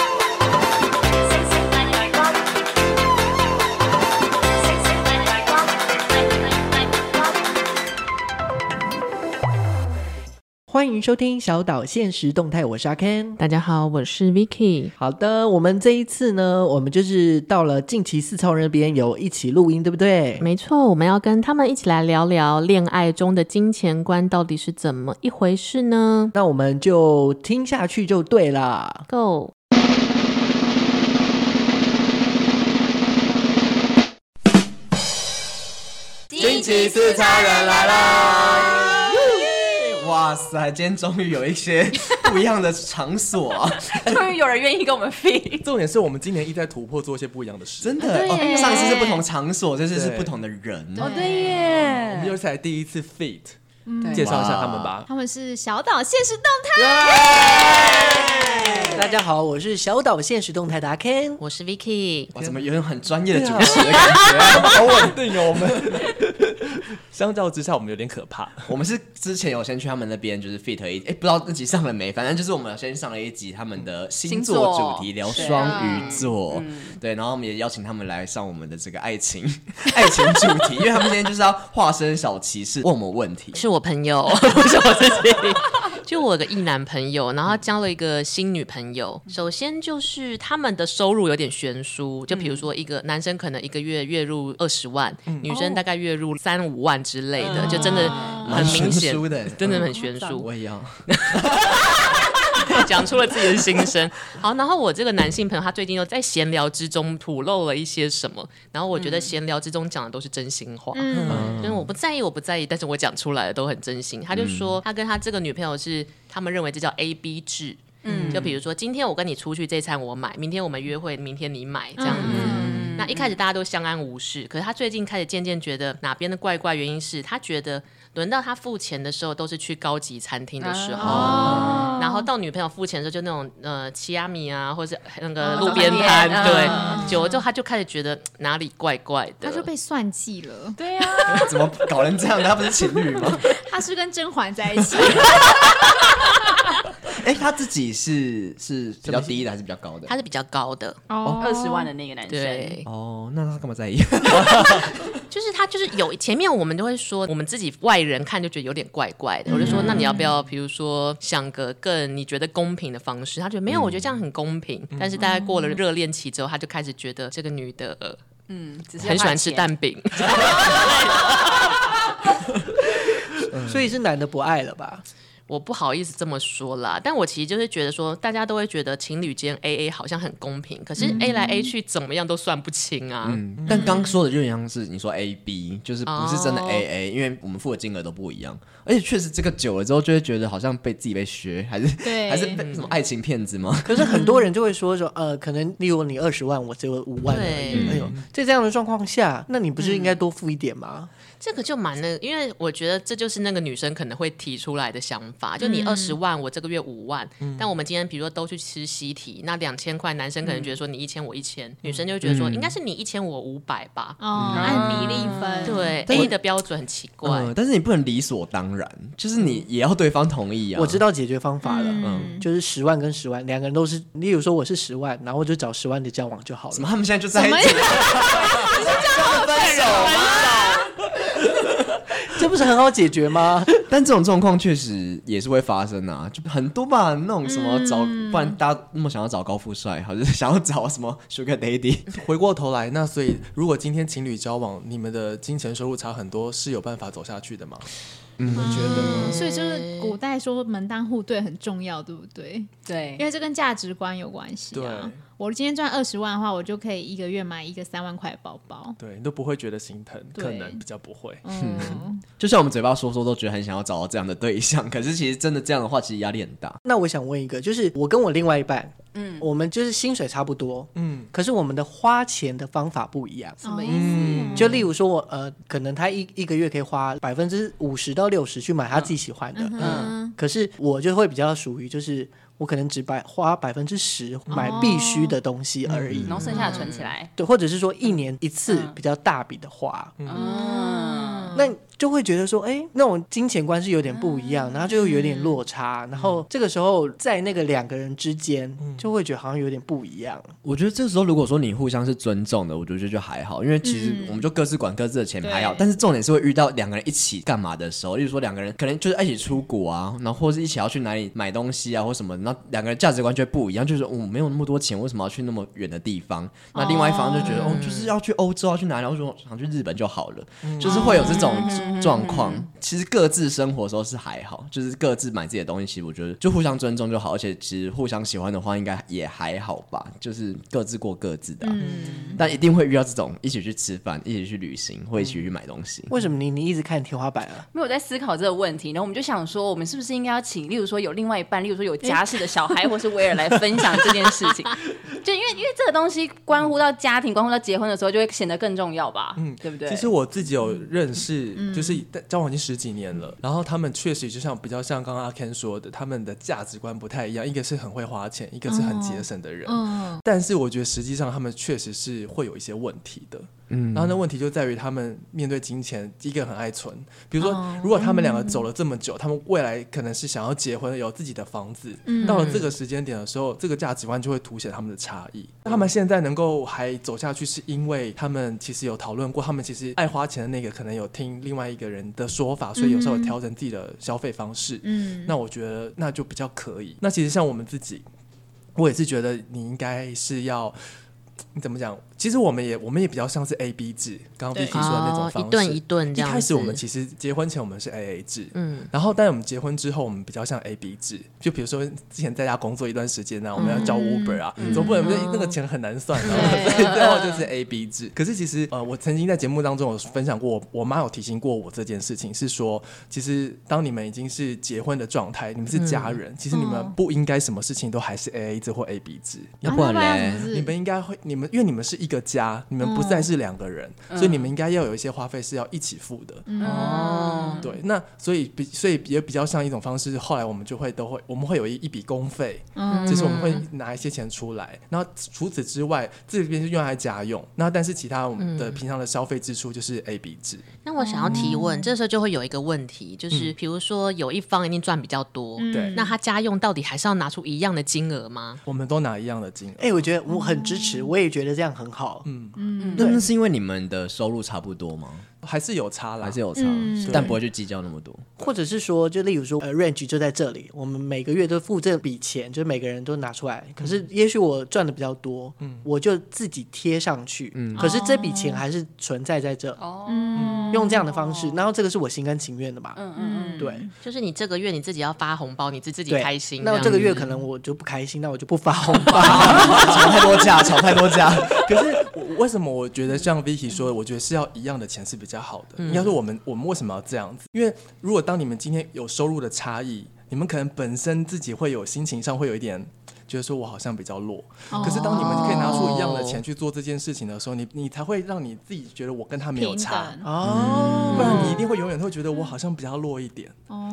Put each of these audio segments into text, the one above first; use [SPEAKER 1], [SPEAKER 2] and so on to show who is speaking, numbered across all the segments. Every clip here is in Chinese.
[SPEAKER 1] 星星發亮光，星星發亮光，發亮光。
[SPEAKER 2] 欢迎收听小岛现实动态，我是阿 Ken。
[SPEAKER 3] 大家好，我是 Vicky。
[SPEAKER 2] 好的，我们这一次呢，我们就是到了近期四超人那边有一起录音，对不对？
[SPEAKER 3] 没错，我们要跟他们一起来聊聊恋爱中的金钱观到底是怎么一回事呢
[SPEAKER 2] 那我们就听下去就对啦。
[SPEAKER 3] ？Go！
[SPEAKER 4] 惊奇四超人来啦！哇塞，今天终于有一些不一样的场所、啊，
[SPEAKER 5] 终于有人愿意跟我们 fit。
[SPEAKER 6] 重点是我们今年一直在突破，做一些不一样的事。
[SPEAKER 4] 真的
[SPEAKER 3] 对耶
[SPEAKER 4] 哦。上次是不同场所，这次是不同的人。
[SPEAKER 5] 哦，对
[SPEAKER 6] 我们
[SPEAKER 5] 耶，
[SPEAKER 6] 又是来第一次 fit，介
[SPEAKER 7] 嗯
[SPEAKER 6] 绍一下他们吧。
[SPEAKER 5] 他们是小岛现实动
[SPEAKER 2] 大家好，我是小岛现实动态的阿 Ken。
[SPEAKER 3] 我是 Vicky。
[SPEAKER 4] 哇，怎么有种很专业的主持的感觉啊、
[SPEAKER 6] 好稳定哦，我们。 相较之下，我们有点可怕。
[SPEAKER 4] 我们是之前有先去他们那边，就是 fit 一，哎、不知道那集上了没，反正就是我们有先上了一集他们的星座主题，
[SPEAKER 5] 星座
[SPEAKER 4] 聊
[SPEAKER 5] 是
[SPEAKER 4] 双鱼座，对，然后我们也邀请他们来上我们的这个爱情 爱情主题，因为他们今天就是要化身小骑士问我们问题。
[SPEAKER 3] 是我朋友， 不是我自己。就我有个异男朋友，然后他交了一个新女朋友。首先就是他们的收入有点悬殊，就比如说一个男生可能一个月月入二十万，女生大概月入三五万之类的，就真的很明显
[SPEAKER 4] 蛮悬殊的，嗯
[SPEAKER 3] 真的很悬殊
[SPEAKER 4] 我。也要。
[SPEAKER 3] 讲出了自己的心声。 好，然后我这个男性朋友他最近又在闲聊之中吐露了一些什么，然后我觉得闲聊之中讲的都是真心话，嗯，就是我不在意，我不在意，但是我讲出来的都很真心。他就说他跟他这个女朋友是他们认为这叫 A B 制。嗯，就比如说，今天我跟你出去，这餐我买，明天我们约会，明天你买，这样子。
[SPEAKER 7] 嗯
[SPEAKER 3] 那一开始大家都相安无事，可是他最近开始渐渐觉得哪边的怪怪，原因是他觉得轮到他付钱的时候，都是去高级餐厅的时候，
[SPEAKER 7] 啊
[SPEAKER 3] 然后到女朋友付钱的时候，就那种呃奇亚米啊，或是那个
[SPEAKER 7] 哦
[SPEAKER 3] 路边摊，
[SPEAKER 7] 嗯
[SPEAKER 5] 早餐店
[SPEAKER 3] 对，久了之后他就开始觉得哪里怪怪的，
[SPEAKER 7] 他就被算计了，
[SPEAKER 5] 对呀，
[SPEAKER 4] 怎么搞成这样的？他不是情侣吗？
[SPEAKER 7] 他是跟甄嬛在一 起，
[SPEAKER 4] 哎、他自己是是比较低的还是比较高的
[SPEAKER 3] 他？是比较高的，
[SPEAKER 7] 哦
[SPEAKER 5] 二十万的那个男生，
[SPEAKER 3] 对，
[SPEAKER 4] 哦，那他干嘛在意？
[SPEAKER 3] 就是他就是有前面我们都会说，我们自己外人看就觉得有点怪怪的。我就
[SPEAKER 5] 嗯
[SPEAKER 3] 说，那你要不要，比如说想个更你觉得公平的方式？他觉得
[SPEAKER 5] 嗯
[SPEAKER 3] 没有，我觉得这样很公平。但是大概过了热恋期之后，他就开始觉得这个女的、呃
[SPEAKER 5] 嗯，只是
[SPEAKER 3] 很喜欢
[SPEAKER 5] 花
[SPEAKER 3] 吃
[SPEAKER 5] 钱，
[SPEAKER 3] 蛋饼，
[SPEAKER 2] 所以是男的不爱了吧？
[SPEAKER 3] 我不好意思这么说啦，但我其实就是觉得说，大家都会觉得情侣间 A A 好像很公平，可是
[SPEAKER 5] 嗯
[SPEAKER 3] A 来 A 去怎么样都算不清啊。
[SPEAKER 4] 嗯，但刚说的就像是你说 A B，就是不是真的
[SPEAKER 3] 哦
[SPEAKER 4] A A，、因为我们付的金额都不一样，而且确实这个久了之后就会觉得好像被自己被学，还是
[SPEAKER 7] 对
[SPEAKER 4] 还是被什么爱情骗子吗？
[SPEAKER 2] 可是很多人就会说说， 呃，可能例如你二十万，我只有五万而已。
[SPEAKER 3] 对
[SPEAKER 2] 哎呦，在这样的状况下，那你不是应该多付一点吗？
[SPEAKER 3] 这个就蛮那个，因为我觉得这就是那个女生可能会提出来的想法，就
[SPEAKER 6] 嗯
[SPEAKER 3] 你二十万，我这个月五万，但我们今天比如说都去吃西提，那两千块，男生
[SPEAKER 6] 嗯
[SPEAKER 3] 可能觉得说你一千我一千，女生就会觉得说应该是你一千我五百吧。嗯
[SPEAKER 7] 哦，按比例分，
[SPEAKER 3] 对
[SPEAKER 4] 但我
[SPEAKER 3] ，A 的标准很奇 怪，
[SPEAKER 6] 呃
[SPEAKER 4] 嗯，但是你不能理所当然，就是你也要对方同意啊。
[SPEAKER 2] 我知，道解决方法了，
[SPEAKER 7] 嗯
[SPEAKER 2] 就是十万跟十万，两个人都是，例如说我是十万，然后我就找十万的交往就好了
[SPEAKER 4] 怎。么他们现在就在一起
[SPEAKER 7] 什
[SPEAKER 4] 了？
[SPEAKER 2] 这不是很好解决吗？
[SPEAKER 4] 但这种状况确实也是会发生啊，就很多吧，那种什么找，不然大家那么想要找高富帅，还是想要找什么 Sugar Daddy，
[SPEAKER 6] 回过头来，那所以如果今天情侣交往，你们的金钱收入差很多，是有办法走下去的吗？
[SPEAKER 5] 嗯
[SPEAKER 7] 所以就是古代说门当户对很重要，对不对？因
[SPEAKER 5] 对，
[SPEAKER 7] 为这跟价值观有关系啊
[SPEAKER 6] 对。
[SPEAKER 7] 我今天赚二十万的话，我就可以一个月买一个三万块的包包。
[SPEAKER 6] 对你都不会觉得心疼，
[SPEAKER 7] 对
[SPEAKER 6] 可能比较不会。
[SPEAKER 7] 嗯，
[SPEAKER 4] 就像我们嘴巴说说都觉得很想要找到这样的对象，可是其实真的这样的话，其实压力很大。
[SPEAKER 2] 那我想问一个，就是我跟我另外一半，嗯，我们就是薪水差不多，
[SPEAKER 6] 嗯，
[SPEAKER 2] 可是我们的花钱的方法不一样。
[SPEAKER 7] 什么意
[SPEAKER 6] 思
[SPEAKER 2] 就例如说我呃，可能他一一个月可以花百分之五十到六十去买他自己喜欢的，嗯，可是我就会比较属于就是。我可能只百花百分之十买必须的东西而已。
[SPEAKER 5] 然后剩下的存起来，
[SPEAKER 2] 对，或者是说一年一次
[SPEAKER 5] 嗯
[SPEAKER 2] 比较大笔的花，
[SPEAKER 5] 嗯，
[SPEAKER 2] 那就会觉得说，哎，那种金钱观是有点不
[SPEAKER 5] 嗯
[SPEAKER 2] 一样，然后就有点落差，然后这个时候在那个两个人之间，就会觉得好像有点不一样。
[SPEAKER 4] 我觉得这时候如果说你互相是尊重的，我觉得就还好，因为其实我们就各自管各自的钱还好。
[SPEAKER 5] 对
[SPEAKER 4] 但是重点是会遇到两个人一起干嘛的时候，例如说两个人可能就是一起出国啊，然后或是一起要去哪里买东西啊或什么，那两个人价值观就会不一样，就是我、没有那么多钱，为什么要去那么远的地方？那另外一方就觉得哦就是要去欧洲啊，去哪里？我说想去日本就好了，就是会有这种
[SPEAKER 7] 嗯
[SPEAKER 4] 状况。其实各自生活的时候是还好，就是各自买自己的东西，其实我觉得就互相尊重就好，而且其实互相喜欢的话，应该也还好吧，就是各自过各自的啊、
[SPEAKER 7] 嗯
[SPEAKER 4] 但一定会遇到这种一起去吃饭、一起去旅行，或一起去买东西。
[SPEAKER 7] 嗯
[SPEAKER 2] 为什么你你一直看天花板啊？
[SPEAKER 5] 没有在思考这个问题，然后我们就想说，我们是不是应该要请，例如说有另外一半，例如说有家室的小孩或是威尔来分享这件事情，就因为因为这个东西关乎到家庭，关乎到结婚的时候，就会显得更重要吧，嗯，对不对？
[SPEAKER 6] 其实我自己有认识，
[SPEAKER 7] 嗯
[SPEAKER 6] 就是但交往已经十几年了，然后他们确实就像比较像刚刚阿 Ken 说的，他们的价值观不太一样，一个是很会花钱，一个是很节省的人。
[SPEAKER 7] 嗯，
[SPEAKER 6] 但是我觉得实际上他们确实是会有一些问题的。嗯，然后那问题就在于他们面对金钱，一个很爱存。比如说，如果他们两个走了这么久，他们未来可能是想要结婚，有自己的房子。
[SPEAKER 7] 嗯
[SPEAKER 6] 到了这个时间点的时候，这个价值观就会凸显他们的差异。他们现在能够还走下去，是因为他们其实有讨论过，他们其实爱花钱的那个可能有听另外一个人的说法，所以有时候有调整自己的消费方式。 嗯，那我觉得那就比较可以。那其实像我们自己，我也是觉得你应该是要。你怎么讲？其实我们也我们也比较像是 A B 制，刚刚 Vicky 说的那种
[SPEAKER 3] 哦，
[SPEAKER 6] 方式，
[SPEAKER 3] 一顿一顿这
[SPEAKER 6] 一
[SPEAKER 3] 样子。
[SPEAKER 6] 开始我们其实结婚前我们是 A A 制，
[SPEAKER 3] 嗯
[SPEAKER 6] 嗯，然后但我们结婚之后我们比较像 A B 制，就比如说之前在家工作一段时间呢、我们要
[SPEAKER 3] 嗯
[SPEAKER 6] 交 Uber 啊，总不能那那个钱很难算啊，所以 最后就是 A B 制。可是其实呃，我曾经在节目当中有分享过，我我妈有提醒过我这件事情，是说其实当你们已经是结婚的状态，你们是家人，其实你们不应该什么事情都还是 A A 制或 A B 制，
[SPEAKER 4] 要不然
[SPEAKER 7] 啊那
[SPEAKER 4] 嘞
[SPEAKER 7] 不然，
[SPEAKER 6] 你们应该会，你们因为你们是一个家，你们不再是两个人，所以你们应该要有一些花费是要一起付的。
[SPEAKER 7] 嗯
[SPEAKER 5] 哦，
[SPEAKER 6] 对，那所以比所以也比较像一种方式，后来我们就会都会我们会有一一笔公费，
[SPEAKER 7] 嗯
[SPEAKER 6] 就是我们会拿一些钱出来，然后除此之外这边是用来家用，那但是其他我们的平常的消费支出就是 A B 制，
[SPEAKER 3] 那我想要提问，
[SPEAKER 6] 哦
[SPEAKER 3] 这时候就会有一个问题，
[SPEAKER 6] 嗯
[SPEAKER 3] 就是比如说有一方一定赚比较多，
[SPEAKER 7] 嗯
[SPEAKER 6] 对
[SPEAKER 3] 那他家用到底还是要拿出一样的金额吗？
[SPEAKER 6] 我们都拿一样的金额。
[SPEAKER 2] 哎、我觉得我很支持，我也觉得这样很好。
[SPEAKER 7] 嗯
[SPEAKER 4] 那那是因为你们的收入差不多吗？
[SPEAKER 6] 还是有差啦，
[SPEAKER 4] 还是有差，但不会去计较那么多。
[SPEAKER 2] 或者是说，就例如说，呃，range 就在这里，我们每个月都付这笔钱，就是每个人都拿出来。可是也许我赚的比较多，我就自己贴上去，可是这笔
[SPEAKER 5] 哦
[SPEAKER 2] 钱还是存在在这，嗯用这样的方式，然后这个是我心甘情愿的嘛，
[SPEAKER 5] 嗯嗯嗯，
[SPEAKER 2] 对。
[SPEAKER 3] 就是你这个月你自己要发红包，你自自己
[SPEAKER 2] 对，
[SPEAKER 3] 开心。
[SPEAKER 2] 那我
[SPEAKER 3] 样
[SPEAKER 2] 这个
[SPEAKER 3] 子
[SPEAKER 2] 月可能我就不开心，那我就不发红包。
[SPEAKER 4] 吵太多架，吵太多架。
[SPEAKER 6] 可是我为什么我觉得像 Vicky 说的，我觉得是要一样的钱是比较好
[SPEAKER 7] 嗯
[SPEAKER 6] 的。应该说我们我们为什么要这样子？因为如果当你们今天有收入的差异，你们可能本身自己会有心情上会有一点。觉得说我好像比较弱，
[SPEAKER 7] 哦
[SPEAKER 6] 可是当你们可以拿出一样的钱去做这件事情的时候，你你才会让你自己觉得我跟他没有
[SPEAKER 7] 平
[SPEAKER 6] 差，
[SPEAKER 7] 等
[SPEAKER 2] 哦，
[SPEAKER 6] 不然你一定会永远会觉得我好像比较弱一点。
[SPEAKER 7] 哦。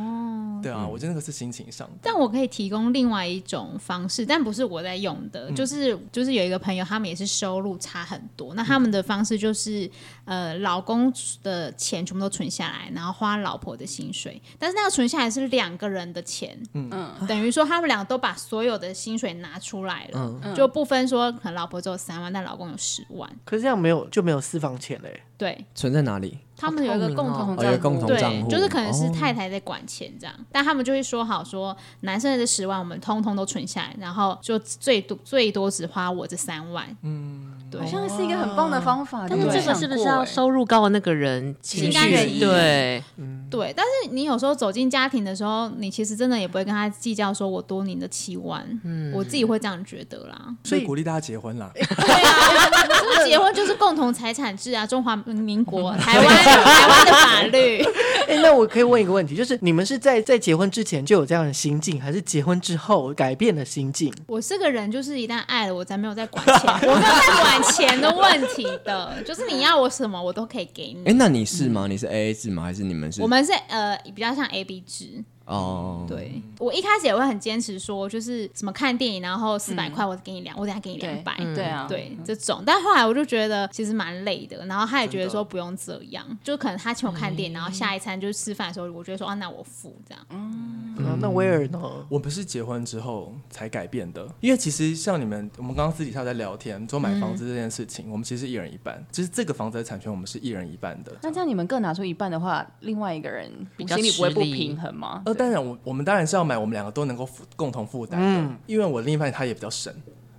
[SPEAKER 6] 对啊，我觉得那个是心情上的。
[SPEAKER 7] 但我可以提供另外一种方式，但不是我在用的，就是就是有一个朋友，他们也是收入差很多，那他们的方式就是，呃，老公的钱全部都存下来，然后花老婆的薪水，但是那个存下来是两个人的钱，嗯等于说他们俩都把所有的薪水拿出来了，就不分说可能老婆只有三万，但老公有十万，
[SPEAKER 2] 可是这样没有就没有私房钱 嘞。
[SPEAKER 7] 对
[SPEAKER 4] 存在哪里？
[SPEAKER 7] 他
[SPEAKER 5] 嗯
[SPEAKER 7] 们有一个共
[SPEAKER 3] 好透
[SPEAKER 7] 同
[SPEAKER 4] 哦，有个共同账
[SPEAKER 7] 对
[SPEAKER 4] 户，，
[SPEAKER 7] 就是可能是太太在管钱这样，但他们就会说好说，男生的这十万我们通通都存下来，然后就最多最多只花我这三万。嗯，对
[SPEAKER 5] 好，像是一个很棒的方法，
[SPEAKER 3] 但
[SPEAKER 5] 对
[SPEAKER 3] 是
[SPEAKER 5] 不对
[SPEAKER 3] 这个是不是要收入高的那个人情
[SPEAKER 7] 应该愿
[SPEAKER 3] 绪
[SPEAKER 7] 意
[SPEAKER 3] 对？
[SPEAKER 7] 对，但是你有时候走进家庭的时候，你其实真的也不会跟他计较，说我多你的七万，嗯，我自己会这样觉得啦。
[SPEAKER 6] 所以鼓励大家结婚啦，
[SPEAKER 7] 对啊，就是结婚就是共同财产制啊，中华民国台湾台湾的法律。
[SPEAKER 2] 哎、那我可以问一个问题，就是你们是在在结婚之前就有这样的心境，还是结婚之后改变了心境？
[SPEAKER 7] 我这个人就是一旦爱了，我才没有在管钱，我没有在管钱的问题的，就是你要我什么我都可以给你。嗯
[SPEAKER 4] 哎，那你是吗？你是 A A 制吗？还是你们是？
[SPEAKER 7] 我们是呃比较像 A B 制，
[SPEAKER 4] 哦，
[SPEAKER 7] 对我一开始也会很坚持说，就是什么看电影，然后四百块我给你两，我等下给你两
[SPEAKER 5] 对
[SPEAKER 7] 百，
[SPEAKER 5] 对啊，
[SPEAKER 7] 对这种，但后来我就觉得其实蛮累的，然后他也觉得
[SPEAKER 6] 真的
[SPEAKER 7] 说不用这样，就可能他请我看电影，然后下一餐就是吃饭的时候，我就会说啊，那我付这样。
[SPEAKER 3] 嗯
[SPEAKER 2] 啊那威尔呢？
[SPEAKER 6] 我们是结婚之后才改变的，因为其实像你们，我们刚刚私底下在聊天，说买房子这件事情，我们其实一人一半，就是这个房子的产权我们是一人一半的。
[SPEAKER 5] 那这样你们各拿出一半的话，另外一个人
[SPEAKER 3] 比
[SPEAKER 5] 我
[SPEAKER 3] 较
[SPEAKER 5] 心里不会
[SPEAKER 3] 吃
[SPEAKER 5] 不
[SPEAKER 3] 力
[SPEAKER 5] 平衡吗？
[SPEAKER 6] 呃，当然，我我们当然是要买我们两个都能够负共同负担的，因为我另一半他也比较省，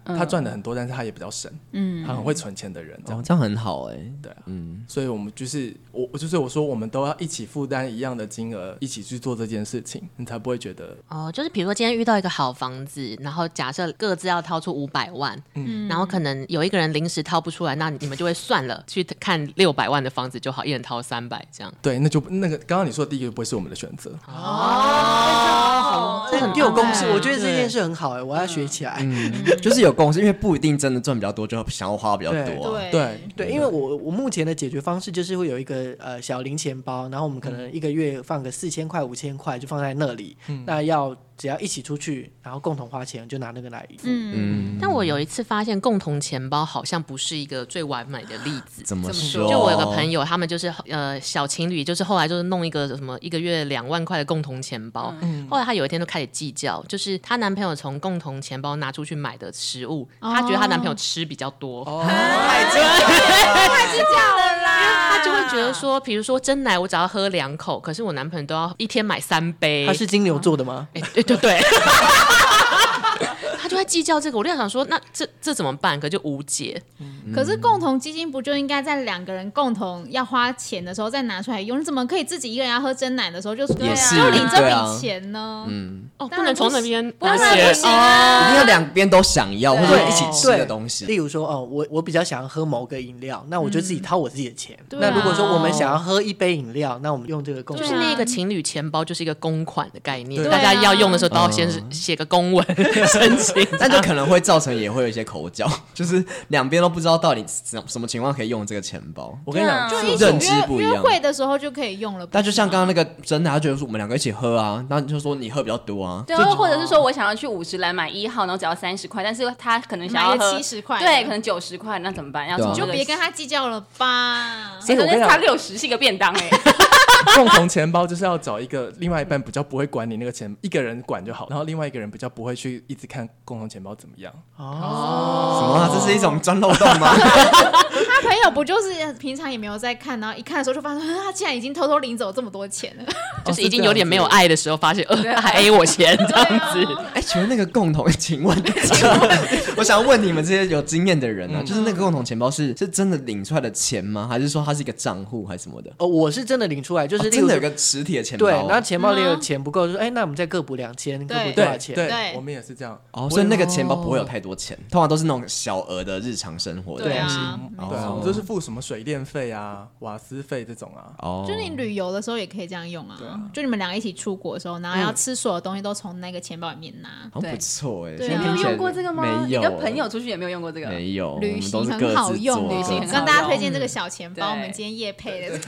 [SPEAKER 6] 他赚的很多，但是他也比较省，
[SPEAKER 7] 嗯
[SPEAKER 6] 他很会存钱的人，这样
[SPEAKER 4] 哦，这样很好哎、
[SPEAKER 6] 对啊，
[SPEAKER 4] 嗯，
[SPEAKER 6] 所以我们就是我，我就是我说我们都要一起负担一样的金额，一起去做这件事情，你才不会觉得
[SPEAKER 3] 哦，就是比如说今天遇到一个好房子，然后假设各自要掏出五百万，
[SPEAKER 2] 嗯
[SPEAKER 3] 然后可能有一个人临时掏不出来，那你们就会算了，去看六百万的房子就好，一人掏三百这样。
[SPEAKER 6] 对，那就那个刚刚你说的第一个就不会是我们的选择，
[SPEAKER 5] 哦
[SPEAKER 2] 哦这很有公式，
[SPEAKER 3] 棒哎
[SPEAKER 2] 我觉得这件事很好哎，我要学起来。
[SPEAKER 4] 就是有共识，因为不一定真的赚比较多，就想要花比较多、啊。
[SPEAKER 7] 对
[SPEAKER 6] 对，
[SPEAKER 2] 对，因为我我目前的解决方式就是会有一个呃小零钱包，然后我们可
[SPEAKER 4] 嗯
[SPEAKER 2] 能一个月放个四千块、五千块就放在那里，
[SPEAKER 4] 嗯
[SPEAKER 2] 那要只要一起出去，然后共同花钱，就拿那个来付。
[SPEAKER 7] 嗯，
[SPEAKER 3] 但我有一次发现，共同钱包好像不是一个最完美的例子。
[SPEAKER 4] 怎么
[SPEAKER 5] 怎么
[SPEAKER 4] 说？
[SPEAKER 5] 说
[SPEAKER 3] 就我有个朋友，他们就是呃小情侣，就是后来就是弄一个什么一个月两万块的共同钱包。
[SPEAKER 7] 嗯
[SPEAKER 3] 后来她有一天就开始计较，就是她男朋友从共同钱包拿出去买的食物，她觉得她男朋友吃比较多，
[SPEAKER 7] 哦啊 太计较了啦
[SPEAKER 3] 她就会觉得说，比如说真奶我只要喝两口，可是我男朋友都要一天买三杯。
[SPEAKER 2] 他是金牛座的 吗？
[SPEAKER 3] 哎、对对对。他就在计较这个，我就在想说，那这这怎么办？可就无解。
[SPEAKER 4] 嗯
[SPEAKER 7] 可是共同基金不就应该在两个人共同要花钱的时候再拿出来用？你怎么可以自己一个人要喝真奶的时候就就
[SPEAKER 4] 也是
[SPEAKER 7] 领
[SPEAKER 4] 对
[SPEAKER 7] 这
[SPEAKER 4] 啊
[SPEAKER 7] 笔钱呢？
[SPEAKER 3] 哦，不
[SPEAKER 7] 当然
[SPEAKER 3] 能从
[SPEAKER 7] 不
[SPEAKER 3] 那
[SPEAKER 7] 行
[SPEAKER 3] 边
[SPEAKER 7] 当
[SPEAKER 3] 拿
[SPEAKER 7] 然
[SPEAKER 3] 钱
[SPEAKER 7] 不行啊！
[SPEAKER 4] 一定要两边都想要，或者一起吃的东
[SPEAKER 2] 例
[SPEAKER 4] 西。嗯
[SPEAKER 2] 如说，哦，我我比较想要喝某个饮料，那我就自己掏我自己的钱。
[SPEAKER 7] 对
[SPEAKER 2] 那如果说
[SPEAKER 7] 啊
[SPEAKER 2] 我们想要喝一杯饮料，那我们用这个共
[SPEAKER 3] 就
[SPEAKER 2] 识。
[SPEAKER 3] 是
[SPEAKER 7] 对啊
[SPEAKER 3] 那个情侣钱包就是一个公款的概念，
[SPEAKER 6] 对
[SPEAKER 3] 大家要用的时候都要
[SPEAKER 4] 嗯
[SPEAKER 3] 先是写个公
[SPEAKER 4] 哦
[SPEAKER 3] 文申请。
[SPEAKER 4] 那就可能会造成也会有一些口角， 就是两边都不知道到底什什么情况可以用这个钱包，
[SPEAKER 6] 我跟你讲，
[SPEAKER 7] 就一起
[SPEAKER 4] 认知不一
[SPEAKER 7] 约
[SPEAKER 4] 样
[SPEAKER 7] 约。会的时候就可以用了。
[SPEAKER 4] 但就像刚刚那个真的，他觉得说我们两个一起喝啊，那你就说你喝比较多啊，
[SPEAKER 5] 对，或者是说我想要去五十来买一号，然后只要三十块，但是他可能想要
[SPEAKER 7] 买了
[SPEAKER 5] 喝
[SPEAKER 7] 70块
[SPEAKER 5] 对，可能九十块，那怎么办？要
[SPEAKER 4] 对啊
[SPEAKER 5] 从
[SPEAKER 7] 你
[SPEAKER 5] 这
[SPEAKER 7] 就
[SPEAKER 5] 个
[SPEAKER 7] 别跟他计较了 吧。
[SPEAKER 5] 哎，
[SPEAKER 6] 所以我跟你
[SPEAKER 5] 差
[SPEAKER 6] 讲，
[SPEAKER 5] 六十是一个便当哎，
[SPEAKER 6] 共同钱包就是要找一个另外一半比较不会管你那个钱，一个人管就好，然后另外一个人比较不会去一直看共同钱包怎么样。
[SPEAKER 4] 什么、啊？这是一种钻漏洞吗？
[SPEAKER 7] 他朋友不就是平常也没有在看，然后一看的时候就发现，啊他竟然已经偷偷领走这么多钱了。
[SPEAKER 3] 就是已经有点没有爱的时候，发现呃他还 A 我 钱这样子，
[SPEAKER 4] 哎、请问那个共同，请问，我想问你们这些有经验的人啊，就是那个共同钱包是是真的领出来的钱吗？还是说它是一个账户还是什么的？
[SPEAKER 2] 哦，我是真的领出来，就是
[SPEAKER 4] 哦
[SPEAKER 2] 例
[SPEAKER 4] 真
[SPEAKER 2] 如
[SPEAKER 4] 的
[SPEAKER 2] 说
[SPEAKER 4] 有个实体的钱包
[SPEAKER 2] 对，
[SPEAKER 4] 啊、
[SPEAKER 2] 然后钱包里有钱不够，就说哎，那我们再各补两千，各补哎
[SPEAKER 7] 嗯对
[SPEAKER 2] 多少
[SPEAKER 6] 对
[SPEAKER 2] 钱？
[SPEAKER 7] 对
[SPEAKER 6] 对，我们也是这样。
[SPEAKER 4] 哦，所以那个钱包不会有太多钱，通常都是那种小额的日常生活的
[SPEAKER 7] 对
[SPEAKER 4] 东西。
[SPEAKER 7] 啊，
[SPEAKER 2] 哦
[SPEAKER 6] 对啊，我们就是付什么水电费啊、瓦斯费这种啊。
[SPEAKER 4] 哦，
[SPEAKER 7] 就你旅游的时候也可以这样用啊。就你们两个一起出国的时候，然
[SPEAKER 4] 嗯
[SPEAKER 7] 后要吃所有东西都从那个钱包里面拿。
[SPEAKER 4] 好像不错哎、欸，
[SPEAKER 7] 对
[SPEAKER 4] 现在
[SPEAKER 7] 你
[SPEAKER 5] 你
[SPEAKER 7] 有
[SPEAKER 5] 有
[SPEAKER 4] 听起来
[SPEAKER 5] 用过这个吗？
[SPEAKER 4] 没有，
[SPEAKER 5] 你
[SPEAKER 4] 欸
[SPEAKER 5] 跟朋友出去也没有用过这个，
[SPEAKER 4] 没有，我
[SPEAKER 7] 旅
[SPEAKER 4] 哦们
[SPEAKER 7] 行
[SPEAKER 4] 都是各
[SPEAKER 7] 很好
[SPEAKER 4] 自
[SPEAKER 7] 用
[SPEAKER 4] 做，
[SPEAKER 7] 旅行
[SPEAKER 4] 各
[SPEAKER 7] 很
[SPEAKER 4] 自
[SPEAKER 5] 好用
[SPEAKER 7] 跟大家推荐这个小钱包，
[SPEAKER 5] 对
[SPEAKER 7] 我们今天夜配的。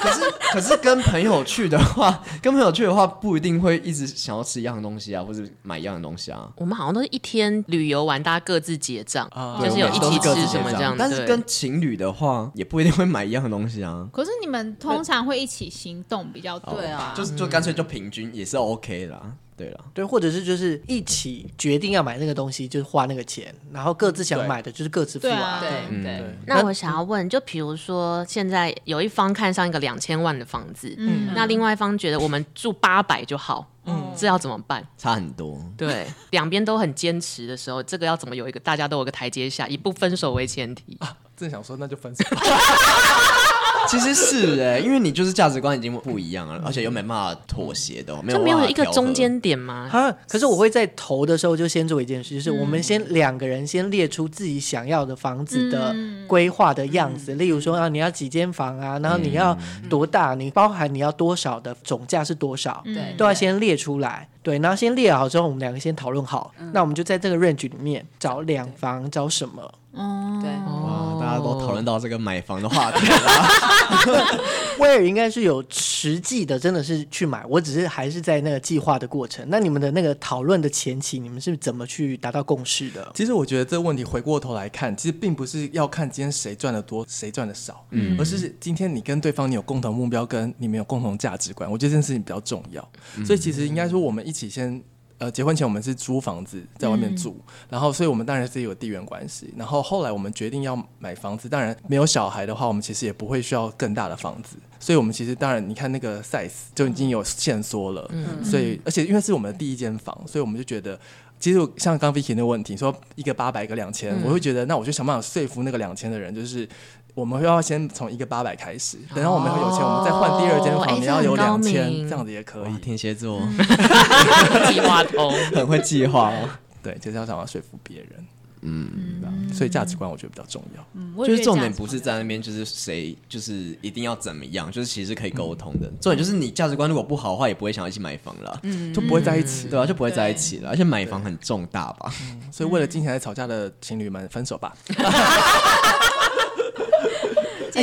[SPEAKER 4] 可是可是跟朋友去的话， 跟朋友去的话不一定会一直想要吃一样的东西啊，或者买一样的东西啊。
[SPEAKER 3] 我们好像都是一天旅游完，大家各自结账，就是有一
[SPEAKER 4] 对
[SPEAKER 3] 起
[SPEAKER 4] 我们都是各自
[SPEAKER 3] 吃什么
[SPEAKER 4] 结
[SPEAKER 3] 这
[SPEAKER 4] 账
[SPEAKER 3] 样。
[SPEAKER 4] 但是
[SPEAKER 3] 对
[SPEAKER 4] 跟情侣的话，也不一定会买一样的东西啊。
[SPEAKER 7] 可是你们通常会一起行动比较多，
[SPEAKER 5] 对啊，
[SPEAKER 4] 就是就干脆就平均也是 OK 啦，对啦。
[SPEAKER 2] 对，或者是就是一起决定要买那个东西，就是花那个钱，然后各自想
[SPEAKER 6] 对
[SPEAKER 2] 买的就是各自付
[SPEAKER 7] 对啊
[SPEAKER 5] 对
[SPEAKER 4] 嗯
[SPEAKER 5] 对。
[SPEAKER 2] 哎
[SPEAKER 6] 对，
[SPEAKER 3] 那我想要问，就比如说现在有一方看上一个两千万的房子，
[SPEAKER 7] 嗯
[SPEAKER 3] 那另外一方觉得我们住八百就好，
[SPEAKER 4] 嗯
[SPEAKER 3] 这要怎么办？
[SPEAKER 4] 差很多。
[SPEAKER 3] 对， 两边都很坚持的时候，这个要怎么有一个大家都有个台阶下，以不分手为前提？
[SPEAKER 6] 正想说那就分手吧。
[SPEAKER 4] 其实是哎、因为你就是价值观已经不一样了，而且又没办法妥协的，哦没有
[SPEAKER 3] 就
[SPEAKER 4] 办
[SPEAKER 3] 没
[SPEAKER 4] 法
[SPEAKER 3] 有一个
[SPEAKER 4] 调和
[SPEAKER 3] 中。间点吗？
[SPEAKER 2] 啊！可是我会在投的时候就先做一件事，就是我们先两个人先列出自己想要的房子的规划的样子，例如说啊，你要几间房啊，然后你要多大，你包含你要多少的总价是多少，
[SPEAKER 5] 嗯对
[SPEAKER 2] 都要先列出来。对，然后先列好之后，我们两个先讨论好，那我们就在这个 range 里面找两房找什么。
[SPEAKER 7] 嗯，
[SPEAKER 5] 对，
[SPEAKER 3] 哦
[SPEAKER 4] 哇，大家大家都讨
[SPEAKER 6] 哦
[SPEAKER 4] 论到这个买房的 话题，
[SPEAKER 2] 威尔应该是有实际的，真的是去买，我只是还是在那个计划的过程。那你们的那个讨论的前期，你们是怎么去达到共识的？
[SPEAKER 6] 其实我觉得这个问题回过头来看，其实并不是要看今天谁赚的多，谁赚的少，嗯，而是今天你跟对方你有共同目标，跟你们有共同价值观，我觉得这件事情比较重要。所以其实应该说，我们一起先。呃，结婚前我们是租房子，在外面住，然后所以我们当然是有地缘关系。然后后来我们决定要买房子，当然没有小孩的话，我们其实也不会需要更大的房子。所以我们其实当然，你看那个 size 就已经有限缩了，所以而且因为是我们的第一间房，所以我们就觉得其实我像刚 Vicky 那个问题，说一个八百，一个
[SPEAKER 3] 嗯
[SPEAKER 6] 两千，我会觉得那我就想办法说服那个两千的人，就是我们要先从一个八百开始，等到我们有钱，我们再换第二间
[SPEAKER 3] 哦哎
[SPEAKER 6] 房，你
[SPEAKER 3] 这
[SPEAKER 6] 要有
[SPEAKER 3] 很高
[SPEAKER 6] 两千，
[SPEAKER 3] 明
[SPEAKER 6] 这样子也可
[SPEAKER 4] 哇
[SPEAKER 6] 以。
[SPEAKER 4] 天蝎座
[SPEAKER 3] 嗯计划 通。
[SPEAKER 4] 很会计划 哦。
[SPEAKER 6] 对，就是要想要说服别人，嗯，所以价值观我觉得比较重要。
[SPEAKER 7] 嗯我也
[SPEAKER 4] 就
[SPEAKER 7] 觉
[SPEAKER 4] 是
[SPEAKER 7] 得
[SPEAKER 4] 重
[SPEAKER 7] 这
[SPEAKER 4] 点
[SPEAKER 7] 样
[SPEAKER 4] 不
[SPEAKER 7] 子
[SPEAKER 4] 是在那边，就是谁就是一定要怎么样，就是其实可以沟通的。重点就是你价值观如果不好的话，也不会想要一起买房了，
[SPEAKER 3] 嗯
[SPEAKER 6] 就不会在一起。
[SPEAKER 4] 对啊，就不会在一起了。而且买房很重大吧？
[SPEAKER 6] 所以为了金钱在吵架的情侣们，分手吧。
[SPEAKER 7] 见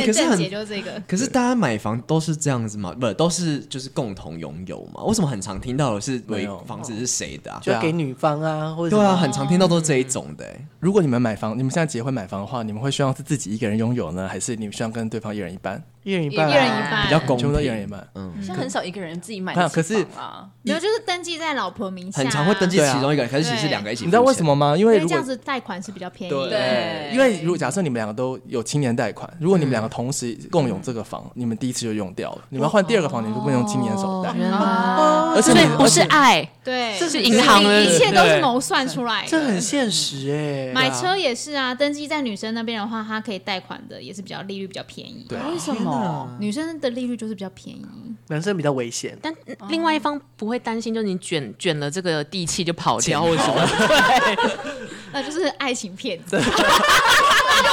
[SPEAKER 4] 哎可是
[SPEAKER 7] 见
[SPEAKER 4] 很
[SPEAKER 7] 解就是这个，
[SPEAKER 4] 可是大家买房都是这样子嘛？不，都是就是共同拥有嘛？为什么很常听到的是
[SPEAKER 6] 没
[SPEAKER 4] 为
[SPEAKER 6] 有
[SPEAKER 4] 房子是谁的啊？
[SPEAKER 2] 就要给女方啊，或者
[SPEAKER 4] 对
[SPEAKER 2] 什
[SPEAKER 4] 啊，
[SPEAKER 2] 么
[SPEAKER 4] 很常听到都是这一种的、欸。
[SPEAKER 6] 如果你们买房，你们现在结婚买房的话，你们会希望是自己一个人拥有呢，还是你们希望跟对方一人一半？
[SPEAKER 2] 一人一半啊，
[SPEAKER 7] 一人一半
[SPEAKER 3] 哎
[SPEAKER 4] 比较公
[SPEAKER 6] 全部都一人一
[SPEAKER 4] 平，
[SPEAKER 6] 半。
[SPEAKER 5] 现在很少一个人自己买
[SPEAKER 6] 没
[SPEAKER 5] 得
[SPEAKER 6] 有
[SPEAKER 5] 起
[SPEAKER 6] 可是
[SPEAKER 5] 房啊，
[SPEAKER 7] 没有就是登记在老婆名下啊，
[SPEAKER 4] 很常会登记
[SPEAKER 6] 对啊
[SPEAKER 4] 其中一个人，可是其实
[SPEAKER 7] 对
[SPEAKER 4] 两个一起。
[SPEAKER 6] 你知道为什？么吗？因
[SPEAKER 7] 因
[SPEAKER 6] 为
[SPEAKER 7] 为
[SPEAKER 6] 如
[SPEAKER 7] 这
[SPEAKER 6] 果
[SPEAKER 7] 样子贷款是比较便宜
[SPEAKER 6] 对
[SPEAKER 7] 的。
[SPEAKER 5] 对，
[SPEAKER 6] 因为如果假设你们两个都有青年贷款，如果你们两个同时共有这个房，
[SPEAKER 3] 嗯
[SPEAKER 6] 你们第一次就用
[SPEAKER 3] 哦
[SPEAKER 6] 掉了，你们要换第二个房，你就不能用青年手贷，
[SPEAKER 3] 啊
[SPEAKER 6] 而且
[SPEAKER 3] 所以
[SPEAKER 6] 你
[SPEAKER 3] 不是
[SPEAKER 6] 而且哦
[SPEAKER 3] 爱，
[SPEAKER 7] 对，
[SPEAKER 3] 这是银行的
[SPEAKER 7] 一切都是谋算出来的。
[SPEAKER 2] 这很现实哎、
[SPEAKER 7] 买车也是啊，登记在女生那边的话，她可以贷款的也是比较利率比较便宜。
[SPEAKER 6] 对啊
[SPEAKER 5] 为什么？
[SPEAKER 7] 女生的利率就是比较便宜。
[SPEAKER 2] 男生比较危险。
[SPEAKER 3] 但另外一方不会担心，就是你卷卷了这个地气就跑
[SPEAKER 6] 嗯
[SPEAKER 3] 掉或什么。对，
[SPEAKER 7] 那就是爱情骗 子，又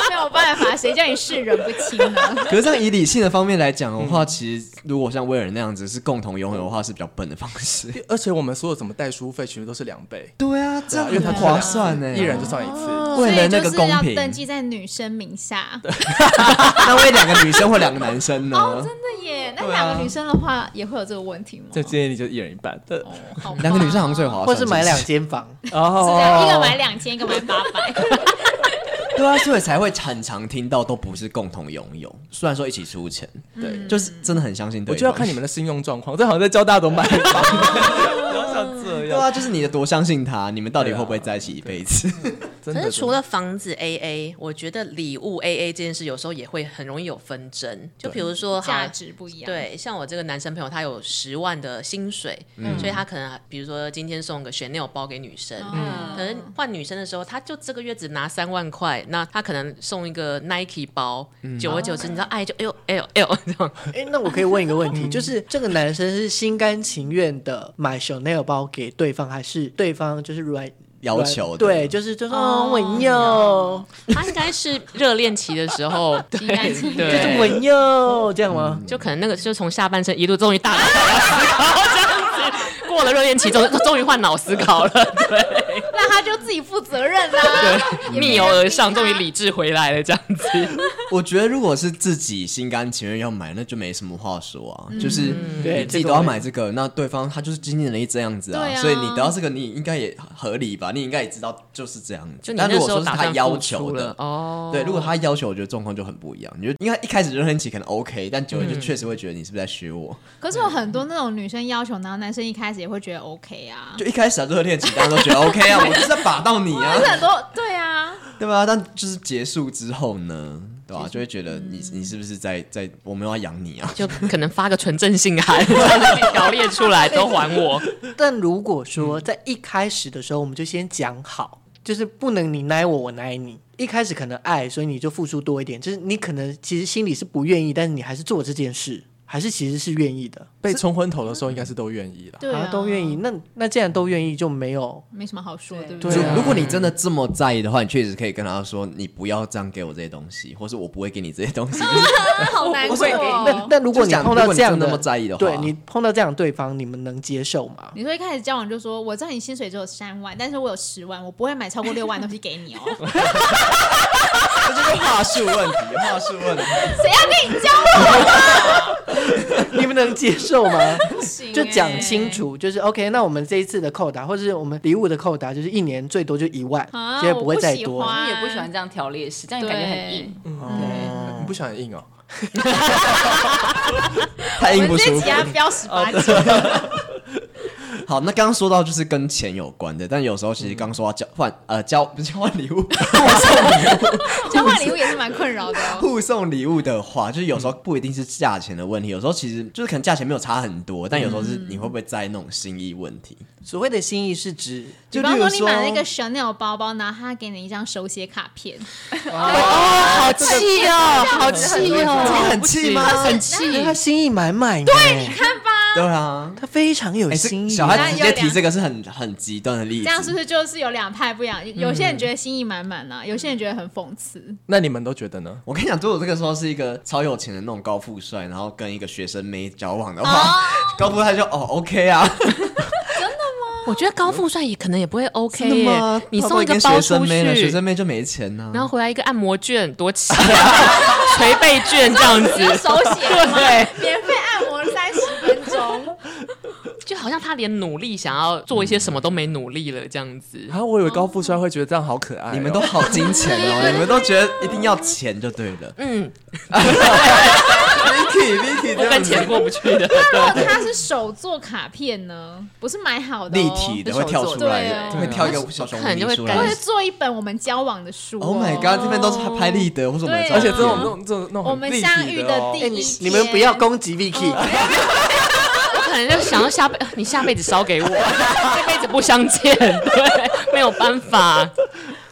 [SPEAKER 7] 没有办法，谁叫你世人不清呢？
[SPEAKER 4] 可是这样以理性的方面来讲的话，其实如果像威尔那样子是共同拥有的话，是比较笨的方式。
[SPEAKER 6] 而且我们所有怎么贷书费，其实都是两倍，
[SPEAKER 4] 对啊，这样
[SPEAKER 6] 因为它
[SPEAKER 4] 很划算 呢，
[SPEAKER 6] 一人就算欸一次。
[SPEAKER 3] 哦
[SPEAKER 4] 为了那
[SPEAKER 7] 所以就
[SPEAKER 4] 个
[SPEAKER 7] 是
[SPEAKER 4] 公
[SPEAKER 7] 要
[SPEAKER 4] 平，
[SPEAKER 7] 登记在女生名下。
[SPEAKER 4] 那为两个女生或两个男生呢？
[SPEAKER 7] 真的耶，那两个女生的话也会有这个问题吗？
[SPEAKER 6] 这建议你就一人一半，对，
[SPEAKER 7] 哦好吧
[SPEAKER 4] 两个女生好像最划算，
[SPEAKER 2] 或是买两
[SPEAKER 4] 不
[SPEAKER 2] 间房，
[SPEAKER 7] 是这样，一个
[SPEAKER 6] 哦，
[SPEAKER 7] 买两千，一个买八百。
[SPEAKER 4] 是，对啊，所以才会很常听到都不是共同拥有，虽然说一起出钱，
[SPEAKER 3] 嗯
[SPEAKER 6] 对，
[SPEAKER 4] 就是真的很相信对
[SPEAKER 6] 我
[SPEAKER 4] 方。
[SPEAKER 6] 就要看你们的信用状况，这好像在教大家怎么买房，不要啊像这
[SPEAKER 4] 对
[SPEAKER 6] 样，
[SPEAKER 4] 啊，就是你的多相信他，你们到底会不会在一起一辈子？
[SPEAKER 6] 真
[SPEAKER 3] 可
[SPEAKER 6] 的
[SPEAKER 3] 是除了房子 AA，我觉得礼物 AA 这件事有时候也会很容易有纷争。就比如说哈
[SPEAKER 7] 价值不一样。，
[SPEAKER 3] 对，像我这个男生朋友，他有十万的薪水，所以他可能比如说今天送个 Chanel 包给女生，
[SPEAKER 6] 嗯
[SPEAKER 3] 可能换女生的时候，他就这个月只拿三万块，那他可能送一个 Nike 包，久而久之，你
[SPEAKER 6] 哦
[SPEAKER 3] 知道爱就哎呦哎呦哎呦这样，
[SPEAKER 2] 哎、那我可以问一个问题，就是这个男生是心甘情愿的买 Chanel 包给对方，还是对方就是软
[SPEAKER 4] 要求的
[SPEAKER 2] 对，就是就说、哦、我要嗯
[SPEAKER 7] 哦，
[SPEAKER 3] 他应该是热恋期的时 候，对
[SPEAKER 7] 应该是
[SPEAKER 2] 就是
[SPEAKER 3] 对，
[SPEAKER 2] 我要这样吗？
[SPEAKER 3] 就可能那个就从下半身一路终于大脑这样子过了热恋期，终终于换脑思考了， 对，
[SPEAKER 7] 那他就自己负责任啦。
[SPEAKER 3] 逆游而上，终于理智回来了这样子。
[SPEAKER 4] 我觉得如果是自己心甘情愿要买，那就没什么话说啊。
[SPEAKER 3] 嗯
[SPEAKER 4] 就是
[SPEAKER 2] 对
[SPEAKER 4] 你自己都要买这个，那对方他就是经历了一这样子
[SPEAKER 7] 对
[SPEAKER 4] 啊，
[SPEAKER 7] 啊
[SPEAKER 4] 所以你得到这个，你应该也合理吧？你应该也知道就是这样
[SPEAKER 3] 就
[SPEAKER 4] 子。
[SPEAKER 3] 你
[SPEAKER 4] 但
[SPEAKER 3] 那
[SPEAKER 4] 如
[SPEAKER 3] 时
[SPEAKER 4] 果
[SPEAKER 3] 候
[SPEAKER 4] 说是
[SPEAKER 3] 打
[SPEAKER 4] 他
[SPEAKER 3] 算
[SPEAKER 4] 要
[SPEAKER 3] 付
[SPEAKER 4] 求
[SPEAKER 3] 出
[SPEAKER 4] 的
[SPEAKER 3] 了，哦，
[SPEAKER 4] 对，如果他要求，我觉得状况就很不一样。你就应该一开始热恋期可能 OK，但久了
[SPEAKER 3] 嗯
[SPEAKER 4] 就确实会觉得你是不是在学我？
[SPEAKER 7] 可是有很多那种女生要求，然后男生一开始也会觉得 OK 啊。
[SPEAKER 4] 就一开始啊热恋期大家都觉得 OK 啊，我就是在把到你啊
[SPEAKER 7] 可，是很多对啊，
[SPEAKER 4] 对吧？但就是结束之后呢，对吧、就会觉得你
[SPEAKER 2] 嗯
[SPEAKER 4] 你是不是在在我们要养你 啊？
[SPEAKER 3] 就可能发个纯正信 函，条列出来都还我。
[SPEAKER 2] 但如果
[SPEAKER 7] 嗯
[SPEAKER 2] 说在一开始的时候，我们就先讲好，就是不能你奶我，我奶你。一开始可能爱，所以你就付出多一点，就是你可能其实心里是不愿意，但是你还是做这件事，还是其实是愿意的，
[SPEAKER 6] 被冲昏头的时候，应该是都愿意了。
[SPEAKER 7] 对啊，哦
[SPEAKER 2] 都愿意。那那既然都愿意，就没有
[SPEAKER 7] 没什么好说，对不
[SPEAKER 2] 啊
[SPEAKER 4] 就
[SPEAKER 7] 对？
[SPEAKER 4] 如果你真的这么在意的话，你确实可以跟他说，你不要这样给我这些东西，或是我不会给你这些 东西。就是
[SPEAKER 7] 好难过
[SPEAKER 4] 那
[SPEAKER 7] 哦。
[SPEAKER 2] 那如果
[SPEAKER 4] 就
[SPEAKER 2] 你
[SPEAKER 4] 讲
[SPEAKER 2] 碰到这样
[SPEAKER 4] 如果你真的
[SPEAKER 2] 的
[SPEAKER 4] 那么在意的话
[SPEAKER 2] 对你碰到这样的对方，你们能接受吗？
[SPEAKER 7] 你说一开始交往就说，我知道你薪水只有三万，但是我有十万，我不会买超过六万的东西给你哦。
[SPEAKER 4] 这就是话术问题，话术问题。
[SPEAKER 7] 谁要跟你交往？
[SPEAKER 2] 你们能接受 吗？
[SPEAKER 7] 行
[SPEAKER 2] 就讲
[SPEAKER 7] 欸
[SPEAKER 2] 清楚，就是 OK。那我们这一次的扣打，或者是我们礼物的扣打，就是一年最多就一万，
[SPEAKER 7] 啊
[SPEAKER 2] 现在不会再
[SPEAKER 7] 我不喜
[SPEAKER 2] 多。
[SPEAKER 7] 欢
[SPEAKER 5] 也不喜欢这样条列式，这样感觉很硬。
[SPEAKER 6] 嗯你不喜欢硬哦？
[SPEAKER 4] 太硬
[SPEAKER 7] 哎我
[SPEAKER 4] 不
[SPEAKER 7] 们
[SPEAKER 4] 舒
[SPEAKER 7] 这
[SPEAKER 4] 服
[SPEAKER 7] 集。要标十八禁，
[SPEAKER 4] 好，那刚刚说到就是跟钱有关的，但有时候
[SPEAKER 2] 嗯
[SPEAKER 4] 其实刚说到交换呃交不是交换礼物，
[SPEAKER 7] 交换礼物也是蛮困扰的 哦。
[SPEAKER 4] 互送礼物的话，就是有时候不一定是价钱的问题，有时候其实就是可能价钱没有差很多，但有时候是你会不会在意那种心意问题？
[SPEAKER 2] 所谓的心意是指，
[SPEAKER 7] 比
[SPEAKER 2] 就例
[SPEAKER 7] 方
[SPEAKER 2] 如
[SPEAKER 7] 说，你买了一个 Chanel 包包，然后他给你一张手写卡片，
[SPEAKER 3] 好气哦，好气哦，
[SPEAKER 4] 很气吗
[SPEAKER 3] 很
[SPEAKER 2] 那
[SPEAKER 3] 气
[SPEAKER 2] 他。心意满满，对，你看
[SPEAKER 4] 对啊，
[SPEAKER 2] 他非常有
[SPEAKER 4] 哎、
[SPEAKER 2] 心
[SPEAKER 4] 这
[SPEAKER 2] 意。
[SPEAKER 4] 小孩直接提这个是很很极端的例
[SPEAKER 7] 这
[SPEAKER 4] 子，
[SPEAKER 7] 样是不是就是有两派不一样？
[SPEAKER 4] 嗯
[SPEAKER 7] 有些人觉得心意满满啊啦，有些人觉得很讽刺。
[SPEAKER 6] 那你们都觉得呢？
[SPEAKER 4] 我跟你讲，如果这个时候是一个超有钱的那种高富帅，然后跟一个学生妹交往的
[SPEAKER 3] 哦
[SPEAKER 4] 话， 高富帅就哦 OK 啊，
[SPEAKER 3] 我觉得高富帅也可能也不会 OK
[SPEAKER 4] 真的
[SPEAKER 3] 耶
[SPEAKER 4] 吗？
[SPEAKER 3] 你
[SPEAKER 4] 他不
[SPEAKER 3] 送
[SPEAKER 4] 会
[SPEAKER 3] 一个
[SPEAKER 4] 跟
[SPEAKER 3] 包
[SPEAKER 4] 学
[SPEAKER 3] 出
[SPEAKER 4] 生妹呢，学
[SPEAKER 3] 去
[SPEAKER 4] 生，妹就没钱啊呢、
[SPEAKER 3] 然后回来一个按摩券，多气啊！ 捶背券这样
[SPEAKER 7] 只有
[SPEAKER 3] 子，
[SPEAKER 7] 手写的吗
[SPEAKER 3] 对，
[SPEAKER 7] 免费按摩三十 分钟，
[SPEAKER 3] 就好像他连努力想要做一些什么都没努力了这样子。
[SPEAKER 6] 啊，我以为高富帅会觉得这样好可爱哦。
[SPEAKER 4] 你们都好金钱哦，你们都觉得一定要钱就对了。
[SPEAKER 3] 哎 嗯，
[SPEAKER 4] Vicky
[SPEAKER 3] 我
[SPEAKER 4] Vicky 这
[SPEAKER 3] 跟
[SPEAKER 4] 样子
[SPEAKER 3] 钱过不去的。
[SPEAKER 7] 如果他是手做卡片呢？不是买好的、哦，
[SPEAKER 4] 立 体的会跳出
[SPEAKER 7] 对
[SPEAKER 4] 来
[SPEAKER 7] 啊
[SPEAKER 4] 的，会跳一个小熊
[SPEAKER 3] 可能就
[SPEAKER 4] 维
[SPEAKER 3] 会
[SPEAKER 4] 出
[SPEAKER 7] 或
[SPEAKER 4] 来
[SPEAKER 7] 者。做一本我们交往的书、哦。
[SPEAKER 4] Oh my god！这边都是拍立得或者我们的
[SPEAKER 7] 对
[SPEAKER 4] 照片，
[SPEAKER 6] 而且这种这种这种那种
[SPEAKER 7] 我
[SPEAKER 6] 很
[SPEAKER 7] 们
[SPEAKER 6] 立体
[SPEAKER 7] 相遇的
[SPEAKER 6] 哦
[SPEAKER 7] 第
[SPEAKER 2] 哎，
[SPEAKER 7] 一
[SPEAKER 2] 你
[SPEAKER 7] 天
[SPEAKER 2] 你们不要攻击 Vicky，
[SPEAKER 3] 我可能就想要下辈， 你下辈子烧给我，这辈子不相 见，对，没有办法。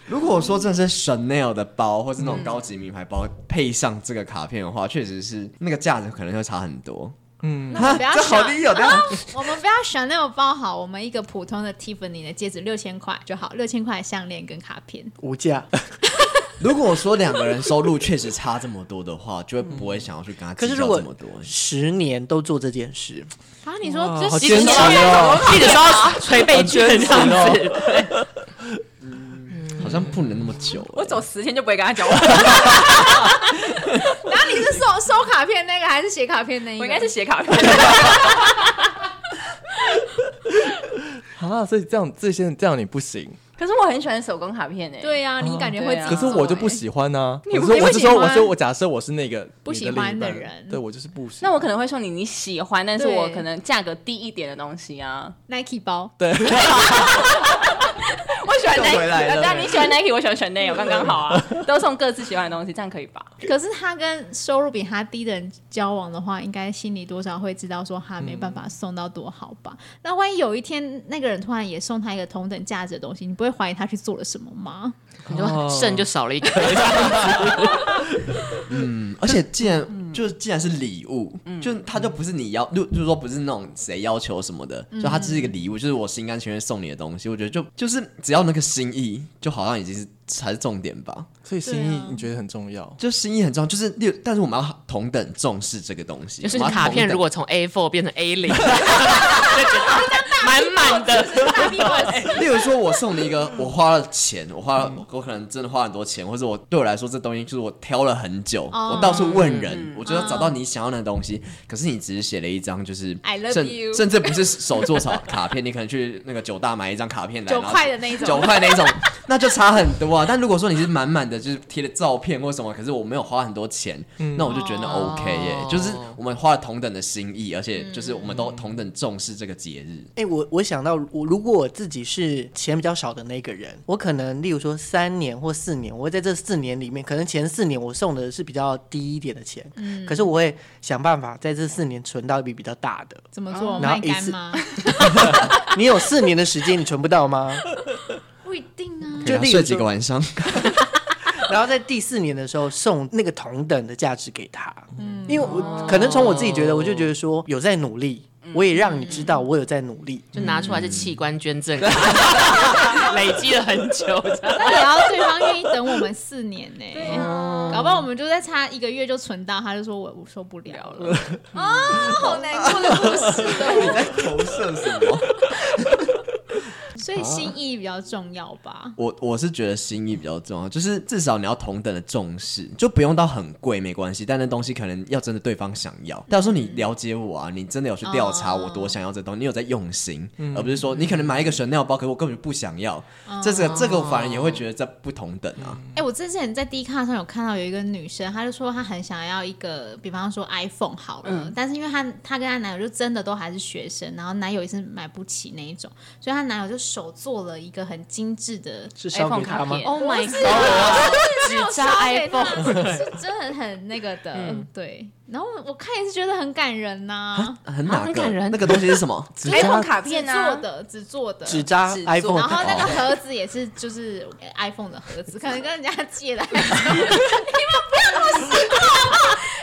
[SPEAKER 4] 如果说真的是 Chanel 的包，或是那种高级名牌包，配上这个卡片的话，确实是那个价值可能会差很多。
[SPEAKER 6] 嗯
[SPEAKER 7] 那我们不要
[SPEAKER 4] 这好
[SPEAKER 7] 想，啊
[SPEAKER 4] 低哦！但
[SPEAKER 7] 我们不要想那种包好，我们一个普通的 Tiffany 的戒指六千块就好，六千块的项链跟卡片。
[SPEAKER 2] 无价。
[SPEAKER 4] 如果说两个人收入确实差这么多的话，就会不会想要去跟 他
[SPEAKER 2] 可
[SPEAKER 4] 计
[SPEAKER 2] 是
[SPEAKER 4] 较
[SPEAKER 2] 如果
[SPEAKER 4] 这么多。
[SPEAKER 2] 十年都做这件事，
[SPEAKER 7] 啊，你说这
[SPEAKER 6] 好
[SPEAKER 7] 几个
[SPEAKER 6] 坚持
[SPEAKER 7] 月
[SPEAKER 6] 哦，
[SPEAKER 3] 一直说捶背卷这样
[SPEAKER 4] 好
[SPEAKER 3] 子
[SPEAKER 4] 坚，好像不能那么久欸。
[SPEAKER 5] 我走十天就不会跟他交往，
[SPEAKER 7] 然后你是收收卡片那个还是写卡片那一个？
[SPEAKER 5] 我应该是写卡片。
[SPEAKER 6] 啊，所以这样这些这样你不行，
[SPEAKER 5] 可是我很喜欢手工卡片欸诶、
[SPEAKER 7] 对啊，你感觉会自己、
[SPEAKER 5] 对啊
[SPEAKER 6] 可是我就不喜欢呢、啊。
[SPEAKER 7] 哎 你
[SPEAKER 6] 我
[SPEAKER 7] 不
[SPEAKER 6] 是我
[SPEAKER 7] 你不
[SPEAKER 6] 是
[SPEAKER 7] 喜
[SPEAKER 6] 说，
[SPEAKER 7] 欢
[SPEAKER 6] 我说我假设我是那个
[SPEAKER 7] 不
[SPEAKER 6] 你的
[SPEAKER 7] 喜欢
[SPEAKER 6] 另一
[SPEAKER 7] 的
[SPEAKER 6] 半
[SPEAKER 7] 人
[SPEAKER 6] 对我就是不喜欢。
[SPEAKER 5] 那我可能会送你你喜欢，但是
[SPEAKER 7] 对
[SPEAKER 5] 我可能价格低一点的东西啊。
[SPEAKER 7] Nike 包。
[SPEAKER 5] 我喜欢 Nike，
[SPEAKER 4] 回来了
[SPEAKER 5] 呃但你喜欢 Nike，我喜欢 Chanel，刚刚好啊，都送各自喜欢的东西，这样可以吧？
[SPEAKER 7] 可是他跟收入比他低的人交往的话，应该心里多少会知道说他没办法送到多好吧？嗯那万一有一天那个人突然也送他一个同等价值的东西，你不会怀疑他去做了什么吗？
[SPEAKER 3] 你说肾就少了一个，哦
[SPEAKER 4] 嗯而且既然、就是既然是礼物，就它就不是你要，就就是说不是那种谁要求什么的，就它只是一个礼物，就是我心甘情愿送你的东西。我觉得就就是只要那个心意，就好像已经是才是重点吧。
[SPEAKER 6] 所以心
[SPEAKER 7] 对
[SPEAKER 6] 意
[SPEAKER 7] 啊
[SPEAKER 6] 你觉得很重 要？
[SPEAKER 4] 就心意很重要，就是例如，但是我们要同等重视这个东西。
[SPEAKER 3] 就是
[SPEAKER 4] 我们要
[SPEAKER 3] 卡片
[SPEAKER 4] 同等
[SPEAKER 3] 如果从 A4 变成 A 零，就觉得满满的。
[SPEAKER 7] 大地
[SPEAKER 5] 哎
[SPEAKER 7] 方
[SPEAKER 4] 例如说，我送你一个，我花了钱，我花了，我可能真的花很多钱，或者我对我来说，这东西就是我挑了很久，
[SPEAKER 7] 哦
[SPEAKER 4] 我到处问人，我就要找到你想要的东西。可是你只是写了一张，就是
[SPEAKER 7] I love
[SPEAKER 4] 甚
[SPEAKER 7] you
[SPEAKER 4] 甚至不是手做卡卡片，你可能去那个九大买一张卡片来，
[SPEAKER 7] 九
[SPEAKER 4] 然后
[SPEAKER 7] 块的那一种
[SPEAKER 4] 九块那一种，那就差很多啊。但如果说你是满满的，就是贴的照片或什么，可是我没有花很多钱，那我就觉得那 OK 耶、
[SPEAKER 3] 哦
[SPEAKER 4] 就是我们花了同等的心意，而且就是我们都同等重视这个节日。
[SPEAKER 2] 哎、我我想到，我如果我自己是钱比较少的那个人，我可能例如说三年或四年，我会在这四年里面，可能前四年我送的是比较低一点的钱，可是我会想办法在这四年存到一笔比较大的。
[SPEAKER 7] 怎么做？
[SPEAKER 2] 然后
[SPEAKER 7] 卖
[SPEAKER 2] 一
[SPEAKER 7] 干
[SPEAKER 2] 次
[SPEAKER 7] 吗？
[SPEAKER 2] 你有四年的时间，你存不到吗？
[SPEAKER 7] 不一定啊。
[SPEAKER 2] 就
[SPEAKER 4] 对啊
[SPEAKER 2] 例如
[SPEAKER 4] 睡几个
[SPEAKER 2] 说，
[SPEAKER 4] 晚上。
[SPEAKER 2] 然后在第四年的时候送那个同等的价值给他，嗯，因为我可能从我自己觉得，我就觉得说有在努力，我也让你知道我有在努力。
[SPEAKER 3] 就拿出来是器官捐 赠，累积了很久。
[SPEAKER 7] 那也要对方愿意等我们四年 呢、搞不好我们就再差一个月就存到，他就说我我受不了了。 啊，好难过的故事哦。
[SPEAKER 4] 投射什么？
[SPEAKER 7] 所以心意比较重要吧。
[SPEAKER 4] 我我是觉得心意比较重要，就是至少你要同等的重视，就不用到很贵没关系，但那东西可能要真的对方想要。
[SPEAKER 7] 嗯
[SPEAKER 4] 到时候你了解我啊，你真的有去调查我多想要这东西，你有在用心，而不是说你可能买一个 Chanel 包，可是我根本就不想要。
[SPEAKER 7] 嗯
[SPEAKER 4] 这个这个我反而也会觉得这不同等啊。
[SPEAKER 7] 哎、我之前在 D 卡上有看到有一个女生，她就说她很想要一个，比方说 iPhone 好了，但是因为她她跟她男友就真的都还是学生，然后男友也是买不起那一种，所以她男友就手做了一个很精致的
[SPEAKER 2] 是烧给
[SPEAKER 5] iPhone
[SPEAKER 2] 他
[SPEAKER 5] 卡
[SPEAKER 2] 吗
[SPEAKER 5] 片？
[SPEAKER 7] ，Oh my
[SPEAKER 5] God，
[SPEAKER 7] 只
[SPEAKER 5] 扎 iPhone
[SPEAKER 7] 是真的很那个的，对。然后我我看也是觉得很感人呐、
[SPEAKER 4] 哦很哪
[SPEAKER 3] 啊
[SPEAKER 4] 个？
[SPEAKER 3] 很感人
[SPEAKER 4] 那个东西是什 么？
[SPEAKER 2] 纸
[SPEAKER 5] iPhone
[SPEAKER 2] 扎
[SPEAKER 5] 卡
[SPEAKER 7] 纸
[SPEAKER 5] 片
[SPEAKER 7] 做
[SPEAKER 5] 啊，
[SPEAKER 7] 的，纸做的，
[SPEAKER 2] 纸扎
[SPEAKER 5] 纸做
[SPEAKER 2] iPhone，
[SPEAKER 7] 然后那
[SPEAKER 4] 哦
[SPEAKER 7] 个盒子也是就是 iPhone 的盒子，可能跟人家借的。你们不要那么失望，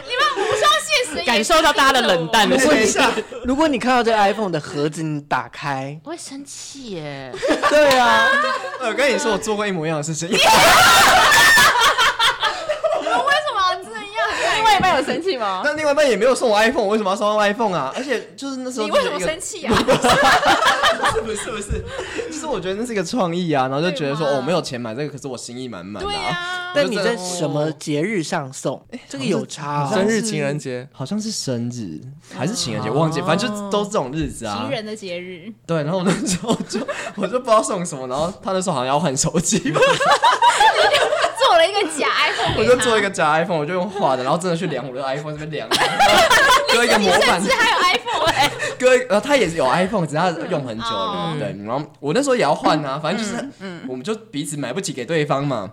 [SPEAKER 7] 你们无上现 实，
[SPEAKER 3] 感受到大家的冷淡了，
[SPEAKER 2] 如
[SPEAKER 3] 是
[SPEAKER 2] 果
[SPEAKER 3] 不
[SPEAKER 2] 你
[SPEAKER 3] 是？
[SPEAKER 2] 如果你看到这 iPhone 的盒子，你打开，
[SPEAKER 3] 我会生气 耶！
[SPEAKER 2] 对啊，
[SPEAKER 4] 我 哎跟你说，我做过一模一样的事 情。
[SPEAKER 7] 为什么要这样？
[SPEAKER 5] 另外一半有生气吗？
[SPEAKER 4] 那另外一半也没有送我 iPhone，我为什么要送他 iPhone 啊？而且就是那时候
[SPEAKER 7] 你为
[SPEAKER 4] 就
[SPEAKER 7] 什
[SPEAKER 4] 有
[SPEAKER 7] 么
[SPEAKER 4] 一个
[SPEAKER 7] 生气啊？
[SPEAKER 4] 是 不是不是？就是我觉得那是一个创意啊，然后就觉得说
[SPEAKER 7] 对嘛
[SPEAKER 4] 哦，我没有钱买这个，可是我心意满啊满
[SPEAKER 7] 对呀、
[SPEAKER 2] 但你在什么节日上送，这个有差哦。
[SPEAKER 6] 生日、情人节，
[SPEAKER 4] 好像是生日还是情人节，忘记，反正就是都是这种日子啊
[SPEAKER 7] 哦情。人的节日，
[SPEAKER 4] 对，然后我那时候就我就不知道送什么，然后他那时候好像要换手机吧，
[SPEAKER 7] 做了一个假 iPhone
[SPEAKER 4] 我
[SPEAKER 7] 给
[SPEAKER 4] 就
[SPEAKER 7] 他，
[SPEAKER 4] 做一个假 iPhone，我就用画的，然后真的去量我的 iPhone 这边量，割一个模板，
[SPEAKER 7] 甚至还有 iPhone 哎、 哦
[SPEAKER 4] 割一个，呃，他也是有 iPhone，只是他用很久了，对。然后我那时候也要换啊，反正就是，
[SPEAKER 7] 嗯
[SPEAKER 4] 我们就彼此买不起给对方嘛。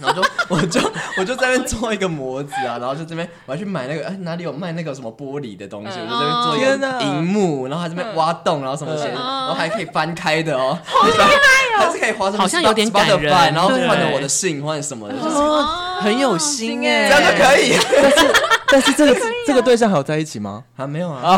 [SPEAKER 4] 然后就我就我就在那边做一个模子啊，然后就这边我还去买那个哎哪里有卖那个什么玻璃的东西，我就在那边
[SPEAKER 3] 嗯哦
[SPEAKER 4] 做一个荧幕，然后还这
[SPEAKER 7] 嗯
[SPEAKER 4] 边挖洞，然后什么
[SPEAKER 7] 哦
[SPEAKER 4] 写，然后还可以翻开的哦，好厉害哦，还是可以划什么 Spotify，
[SPEAKER 3] 好像有点感人
[SPEAKER 4] 然后换了
[SPEAKER 3] 对
[SPEAKER 4] 我的姓，换什么的，就是
[SPEAKER 2] 哦，很有心哎、
[SPEAKER 4] 这样就可以
[SPEAKER 6] 但是这个
[SPEAKER 7] 啊
[SPEAKER 6] 这个对象还有在一起吗？
[SPEAKER 4] 啊？没有啊，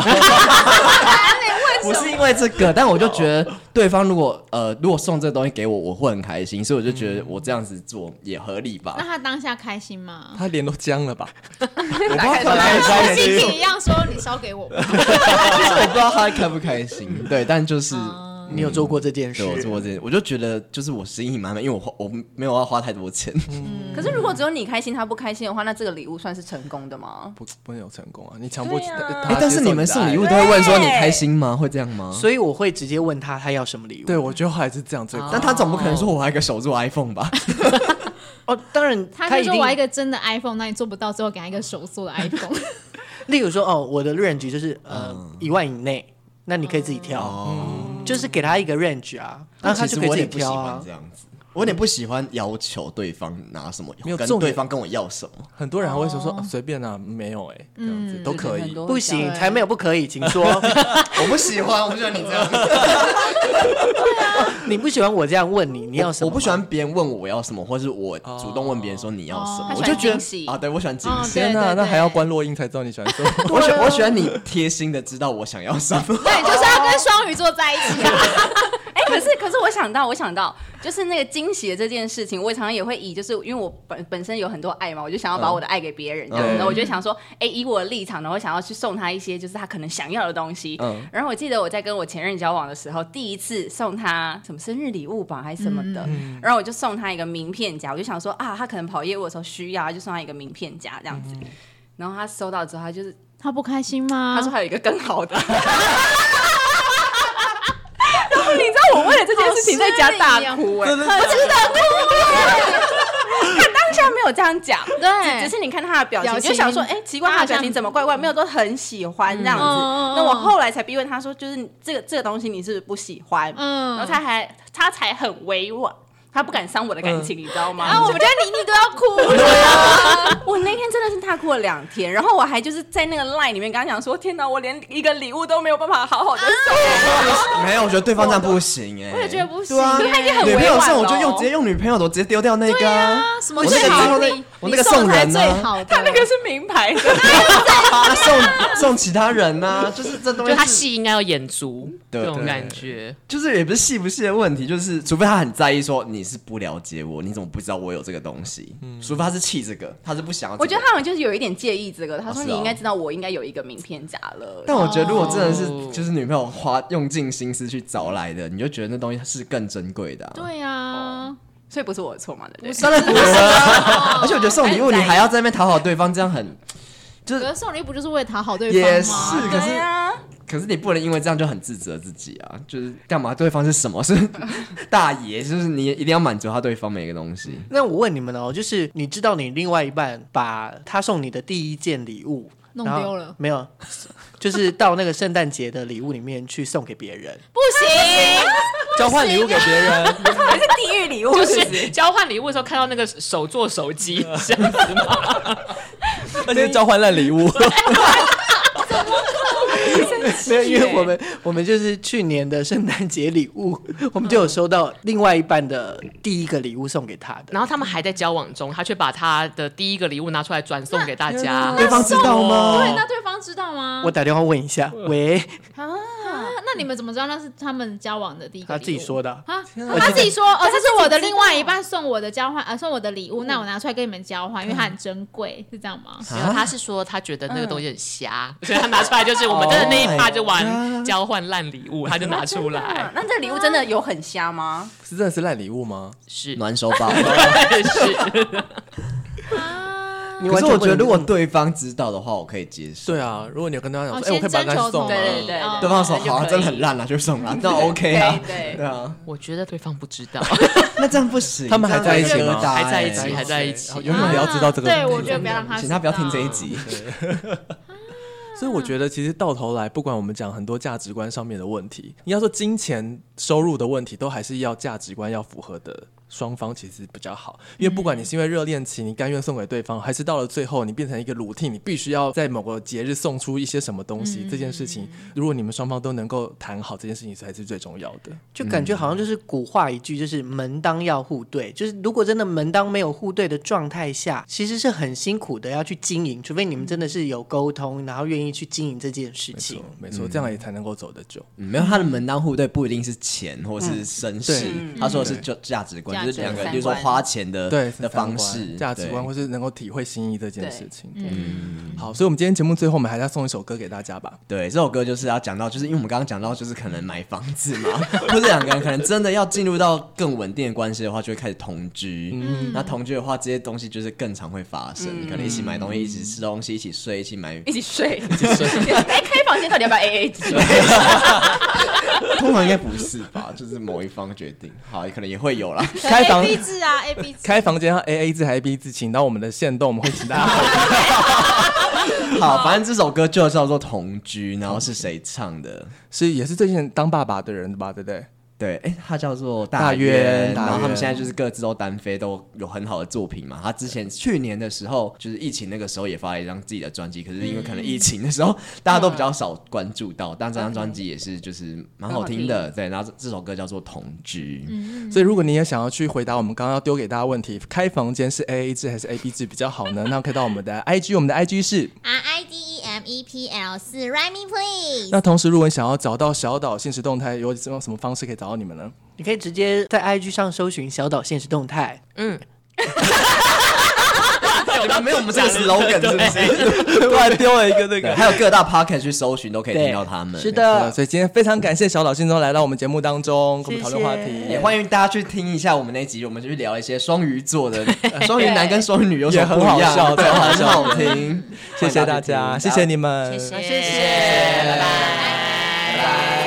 [SPEAKER 4] 不是因为这个，但我就觉得对方如果呃如果送这个东西给我，我会很开心，所以我就觉得我这样子做也合理吧
[SPEAKER 7] 那。他当下开心吗？
[SPEAKER 6] 他脸都僵了吧？
[SPEAKER 4] 我不知道他
[SPEAKER 6] 打
[SPEAKER 4] 开
[SPEAKER 6] 开手
[SPEAKER 4] 不开
[SPEAKER 6] 机
[SPEAKER 4] 心，
[SPEAKER 7] 心情一样说你烧给我吧，
[SPEAKER 4] 就是我不知道他开不开心。对，但就是
[SPEAKER 2] 你有做过这件事
[SPEAKER 4] 嗯对？我做过这件，我就觉得就是我心意满满，因为我花我没有要花太多钱。
[SPEAKER 5] 可是如果只有你开心，他不开心的话，那这个礼物算是成功的吗？
[SPEAKER 6] 不，不能有成功啊！你强迫
[SPEAKER 5] 对啊
[SPEAKER 6] 他
[SPEAKER 4] 哎，但是你们送礼物，都会问说你开心吗？会这样吗？
[SPEAKER 2] 所以我会直接问他他要什么礼物。
[SPEAKER 6] 对我觉得还是这样最快。
[SPEAKER 4] 但他总不可能说我还有一个手做 iPhone 吧？
[SPEAKER 2] 哦，当然
[SPEAKER 7] 他就
[SPEAKER 2] 一
[SPEAKER 7] 说我要一
[SPEAKER 2] 定，
[SPEAKER 7] 个真的 iPhone，那你做不到，最后给他一个手做的 iPhone。
[SPEAKER 2] 例如说哦，我的 range 就是呃
[SPEAKER 4] 嗯
[SPEAKER 2] 一万以内，那你可以自己挑，就是给他一个 range 啊，那他
[SPEAKER 4] 哦其
[SPEAKER 2] 就
[SPEAKER 4] 实
[SPEAKER 2] 可以
[SPEAKER 4] 我
[SPEAKER 2] 自
[SPEAKER 4] 也
[SPEAKER 2] 己
[SPEAKER 4] 不喜
[SPEAKER 2] 挑
[SPEAKER 4] 欢
[SPEAKER 2] 啊
[SPEAKER 4] 这。样子，我有点不喜欢要求对方拿什么，
[SPEAKER 6] 没有
[SPEAKER 4] 跟
[SPEAKER 6] 重点
[SPEAKER 4] 对方跟我要什么。
[SPEAKER 6] 很多人还会说说
[SPEAKER 7] 哦
[SPEAKER 6] 啊随便啊，没有哎，这样子都可以。
[SPEAKER 2] 不行，
[SPEAKER 7] 嗯对
[SPEAKER 2] 才没有不可以，请 说。
[SPEAKER 4] 我不喜欢，我不喜欢你这样。
[SPEAKER 2] 你不喜欢我这样问你，你要什么
[SPEAKER 4] 我
[SPEAKER 2] 吗？
[SPEAKER 4] 不喜欢别人问我要什么，或是我主动问别人说你要什么
[SPEAKER 7] 哦，
[SPEAKER 4] 我就觉
[SPEAKER 5] 他喜欢惊喜
[SPEAKER 4] 得啊，对我喜欢惊喜。？
[SPEAKER 7] 对
[SPEAKER 6] 天哪，
[SPEAKER 7] 对对
[SPEAKER 6] 那还要关落音才知道你喜欢什么
[SPEAKER 4] 我喜
[SPEAKER 7] 啊
[SPEAKER 4] 我喜欢你贴心的知道我想要什么。
[SPEAKER 7] 那你就是要跟双鱼座在一起啊！
[SPEAKER 5] 哎、可是可是我想到，我想到，就是那个惊喜的这件事情，我也常常也会以，就是因为我本本身有很多爱嘛，我就想要把我的爱给别人这样子，
[SPEAKER 4] 嗯
[SPEAKER 5] 然后我就想说，哎、以我的立场，然后想要去送他一些就是他可能想要的东西。
[SPEAKER 4] 嗯
[SPEAKER 5] 然后我记得我在跟我前任交往的时候，第一次送他什么生日礼物吧，还是什么的，然后我就送他一个名片夹，我就想说啊，他可能跑业务的时候需要，就送他一个名片夹这样子。
[SPEAKER 4] 嗯
[SPEAKER 5] 然后他收到之后，他就是
[SPEAKER 7] 他不开心吗？
[SPEAKER 5] 他说还有一个更好的。然后你知道我为了这件事情在家大哭哎、我真的哭。他当下没有这样讲，
[SPEAKER 7] 对
[SPEAKER 5] 只是你看他的表情，
[SPEAKER 7] 表
[SPEAKER 5] 你
[SPEAKER 7] 情
[SPEAKER 5] 就想说，哎、奇怪，
[SPEAKER 7] 他
[SPEAKER 5] 他
[SPEAKER 7] 好
[SPEAKER 5] 的
[SPEAKER 7] 像
[SPEAKER 5] 表情怎么怪怪？没有，都很喜欢这样子。
[SPEAKER 7] 嗯嗯嗯
[SPEAKER 5] 那我后来才逼问他说，就是你这个这个东西你是不是不喜欢？
[SPEAKER 7] 嗯
[SPEAKER 5] 然后他还他才很委婉，他不敢伤我的感情，你知道吗？
[SPEAKER 7] 然后我们家妮妮都要哭了。
[SPEAKER 5] 嗯 我那天真的是大哭了两天，然后我还就是在那个 line 里面跟他讲说，天哪，我连一个礼物都没有办法好好的收，
[SPEAKER 4] 没有，我觉得对方这样不行哎，
[SPEAKER 7] 我也觉得不行
[SPEAKER 4] 对啊
[SPEAKER 7] 耶
[SPEAKER 5] 他已经很
[SPEAKER 4] 女
[SPEAKER 5] 委
[SPEAKER 4] 朋
[SPEAKER 5] 婉
[SPEAKER 4] 友
[SPEAKER 5] 了。
[SPEAKER 4] 送我就用直接用女朋友的，我直接丢掉那个啊。
[SPEAKER 7] 什么
[SPEAKER 4] 我
[SPEAKER 7] 最
[SPEAKER 4] 那个
[SPEAKER 7] 好
[SPEAKER 4] 最
[SPEAKER 7] 你
[SPEAKER 4] 我那个
[SPEAKER 7] 送的
[SPEAKER 4] 送
[SPEAKER 7] 才
[SPEAKER 4] 人啊呢
[SPEAKER 7] 最好的，
[SPEAKER 5] 他那个是名牌的，
[SPEAKER 4] 他送送其他人呐、就是这东
[SPEAKER 3] 就他
[SPEAKER 4] 西是，
[SPEAKER 3] 戏应该要演足，
[SPEAKER 4] 对
[SPEAKER 3] 这种
[SPEAKER 4] 对
[SPEAKER 3] 感觉。
[SPEAKER 4] 就是也不是细不细的问题，就是除非他很在意说你是不了解我，你怎么不知道我有这个东西？除非他是气这个，他是不想要、
[SPEAKER 5] 我觉得他好像就是有一点介意这个。他
[SPEAKER 4] 哦
[SPEAKER 5] 说
[SPEAKER 4] 是
[SPEAKER 5] 你
[SPEAKER 4] 哦
[SPEAKER 5] 应该知道我应该有一个名片夹了。
[SPEAKER 4] 但我觉得，如果真的是
[SPEAKER 3] 哦
[SPEAKER 4] 就是女朋友花用尽心思去找来的，你就觉得那东西是更珍贵的、啊。
[SPEAKER 7] 对啊，
[SPEAKER 5] 所以不是我的错嘛，对不对？
[SPEAKER 4] 当然不是啊！而且我觉得送礼物
[SPEAKER 5] 很在
[SPEAKER 4] 你
[SPEAKER 5] 意
[SPEAKER 4] 还要在那边讨好对方，这 样很
[SPEAKER 7] 可是送礼物不就是为了讨好对
[SPEAKER 4] 也
[SPEAKER 7] 方
[SPEAKER 4] 是
[SPEAKER 7] 吗？。
[SPEAKER 4] 可
[SPEAKER 5] 对
[SPEAKER 4] 是
[SPEAKER 5] 啊，
[SPEAKER 4] 可是你不能因为这样就很自责自己啊！就是干嘛？对方是什么？是 大爷？就是你一定要满足他对方每个东西。
[SPEAKER 2] 那我问你们哦，就是你知道你另外一半把他送你的第一件礼物
[SPEAKER 7] 弄
[SPEAKER 2] 然后
[SPEAKER 7] 丢了
[SPEAKER 2] 没有？就是到那个圣诞节的礼物里面去送给别人，
[SPEAKER 7] 不行，
[SPEAKER 2] 交换礼物给别 人，
[SPEAKER 5] 还是地狱礼物，
[SPEAKER 3] 就是
[SPEAKER 5] 不
[SPEAKER 3] 是
[SPEAKER 5] 是
[SPEAKER 3] 交换礼物的时候看到那个手做手 机，这样子吗？
[SPEAKER 6] 而且是交换烂礼物，
[SPEAKER 2] 没有，因为我们我们就是去年的圣诞节礼物， 我们就有收到另外一半的第一个礼物送给他的。
[SPEAKER 7] 嗯
[SPEAKER 3] 然后他们还在交往中，他却把他的第一个礼物拿出来转送给大家。
[SPEAKER 2] 啊
[SPEAKER 4] 对方知道
[SPEAKER 7] 对，
[SPEAKER 4] 吗？
[SPEAKER 7] 那对方知道吗？
[SPEAKER 4] 嗯
[SPEAKER 2] 我打电话问一下，喂，
[SPEAKER 7] 啊那你们怎么知道那是他们交往的第一个？
[SPEAKER 2] 他自己说。的，
[SPEAKER 7] 啊，他自己说哦，这是我的另外一半送我的交换，呃，送我的礼物，那我拿出来跟你们交换，因为它很珍贵，是这样吗？
[SPEAKER 3] 然后他是说他觉得那个东西很瞎， 所以他拿出来就是我们真的那一趴就玩交换烂礼物，他就拿出来
[SPEAKER 5] 啊那这礼物真的有很瞎吗？
[SPEAKER 6] 是真的是烂礼物吗？
[SPEAKER 3] 是
[SPEAKER 4] 暖手宝。
[SPEAKER 3] 是
[SPEAKER 7] 嗯
[SPEAKER 2] 你
[SPEAKER 4] 可
[SPEAKER 2] 完
[SPEAKER 4] 是
[SPEAKER 2] 全
[SPEAKER 4] 我
[SPEAKER 2] 不
[SPEAKER 4] 觉得，
[SPEAKER 2] 能
[SPEAKER 4] 如果对方知道的话，我可以接受。
[SPEAKER 6] 对啊，如果你有跟他讲
[SPEAKER 7] 哦，
[SPEAKER 6] 说，哎，我可以把
[SPEAKER 7] 先征
[SPEAKER 6] 它
[SPEAKER 7] 求同
[SPEAKER 6] 送
[SPEAKER 7] 意，
[SPEAKER 6] 吗？
[SPEAKER 5] 对对对
[SPEAKER 7] 哦
[SPEAKER 4] 对方说
[SPEAKER 5] 那就
[SPEAKER 4] 好，
[SPEAKER 5] 可以
[SPEAKER 4] 真的很烂了，啊就送了。那 OK
[SPEAKER 5] 哎
[SPEAKER 4] 啊，
[SPEAKER 5] 对对
[SPEAKER 4] 对啊，
[SPEAKER 3] 我觉得对方不知道，
[SPEAKER 4] 那这样不行。
[SPEAKER 7] 嗯
[SPEAKER 6] 他们还在一起吗
[SPEAKER 4] 这样有疙瘩
[SPEAKER 3] 还在一
[SPEAKER 4] 欸
[SPEAKER 3] 起，还在一起。
[SPEAKER 6] 永远不要知道这个
[SPEAKER 7] 啊对，我
[SPEAKER 6] 问题
[SPEAKER 7] 觉得不要让他知道，啊
[SPEAKER 4] 请他不要听这一集。
[SPEAKER 6] 所以我觉得，其实到头来，不管我们讲很多价值观上面的问题，你要说金钱收入的问题，都还是要价值观要符合的双方其实比较好。因为不管你是因为热恋期，你甘愿送给对方，还是到了最后你变成一个 routine，你必须要在某个节日送出一些什么东
[SPEAKER 7] 嗯
[SPEAKER 6] 西，这件事情，如果你们双方都能够谈好，这件事情才是最重要的。
[SPEAKER 2] 就感觉好像就是古话一句，就是门当要户对，就是如果真的门当没有户对的状态下，其实是很辛苦的要去经营，除非你们真的是有沟通，然后愿意去经营这件事
[SPEAKER 6] 没
[SPEAKER 2] 情
[SPEAKER 6] 错。，没
[SPEAKER 5] 嗯
[SPEAKER 6] 错，这样也才能够走得久。
[SPEAKER 4] 嗯没有他的门当户对，不一定是钱或是身世。他说的是就价值观，就是
[SPEAKER 7] 价值
[SPEAKER 4] 两个，
[SPEAKER 5] 观
[SPEAKER 4] 就是说花钱的
[SPEAKER 6] 对
[SPEAKER 4] 的方式、
[SPEAKER 6] 价值观，
[SPEAKER 4] 对
[SPEAKER 6] 或是能够体会心意这件事情。嗯，好，所以我们今天节目最后，我们还是要送一首歌给大家吧。
[SPEAKER 4] 对，这首歌就是要讲到，就是因为我们刚刚讲到，就是可能买房子嘛， 或者两个人可能真的要进入到更稳定的关系的话，就会开始同居。那同居的话，这些东西就是更常会发生，可能一起买东西，一起吃东西，一起睡，一起买
[SPEAKER 5] 一起睡，一起睡。 哎，开房间到底要不要 A A 制？
[SPEAKER 4] 通常应该不是吧？就是某一方决定，好，可能也会有啦。
[SPEAKER 6] 开房
[SPEAKER 7] A B 制啊，A B 制，
[SPEAKER 6] 开房间要 A A 制还是 B 制，请到我们的线动，我们会请大家。
[SPEAKER 4] 好，反正这首歌就叫做《同居》，然后是谁唱的？
[SPEAKER 6] 是也是最近当爸爸的人吧，对不对？
[SPEAKER 4] 对，哎、他叫做
[SPEAKER 6] 大
[SPEAKER 4] 渊，
[SPEAKER 6] 渊
[SPEAKER 4] 然后
[SPEAKER 6] 大
[SPEAKER 4] 他们
[SPEAKER 6] 渊
[SPEAKER 4] 现在就是各自都单飞，都有很好的作品嘛。他之前去年的时候，就是疫情那个时候也发了一张自己的专辑，可是因为可能疫情的时候、大家都比较少关注到，但这张专辑也是就是蛮好听的。对，然后这这首歌叫做《同居》，
[SPEAKER 6] 所以如果你也想要去回答我们刚刚要丢给大家问题，开房间是 A A 制还是 A B 制比较好呢？那可以到我们的 I G，我们的 I G 是
[SPEAKER 8] R I D E M E P L 四 r i m e please。
[SPEAKER 6] 那同时，如果你想要找到小岛现实动态，有什么什么方式可以找到你们呢？
[SPEAKER 2] 你可以直接在 IG 上搜寻小岛现实动 态，
[SPEAKER 4] 你们没有我们这个 slogan 是不是？
[SPEAKER 6] 突然丢了一个那
[SPEAKER 4] 对，还有各大 podcast 去搜寻都可以
[SPEAKER 2] 对，
[SPEAKER 4] 听到他们。
[SPEAKER 2] 是
[SPEAKER 6] 呃，
[SPEAKER 2] 的，
[SPEAKER 6] 所以今天非常感谢小岛信中来到我们节目当中，跟我们讨论话题，
[SPEAKER 4] 也欢迎大家去听一下我们那集，我们就去聊一些双鱼座的呃双鱼男跟双鱼女有什
[SPEAKER 6] 也
[SPEAKER 4] 么
[SPEAKER 6] 很
[SPEAKER 4] 不
[SPEAKER 6] 好
[SPEAKER 4] 一样，
[SPEAKER 6] 笑
[SPEAKER 4] 对，
[SPEAKER 6] 超好
[SPEAKER 4] 很
[SPEAKER 6] 笑
[SPEAKER 4] 好听。
[SPEAKER 6] 谢谢大家，谢谢你们，
[SPEAKER 3] 谢谢，拜拜。
[SPEAKER 4] 拜拜。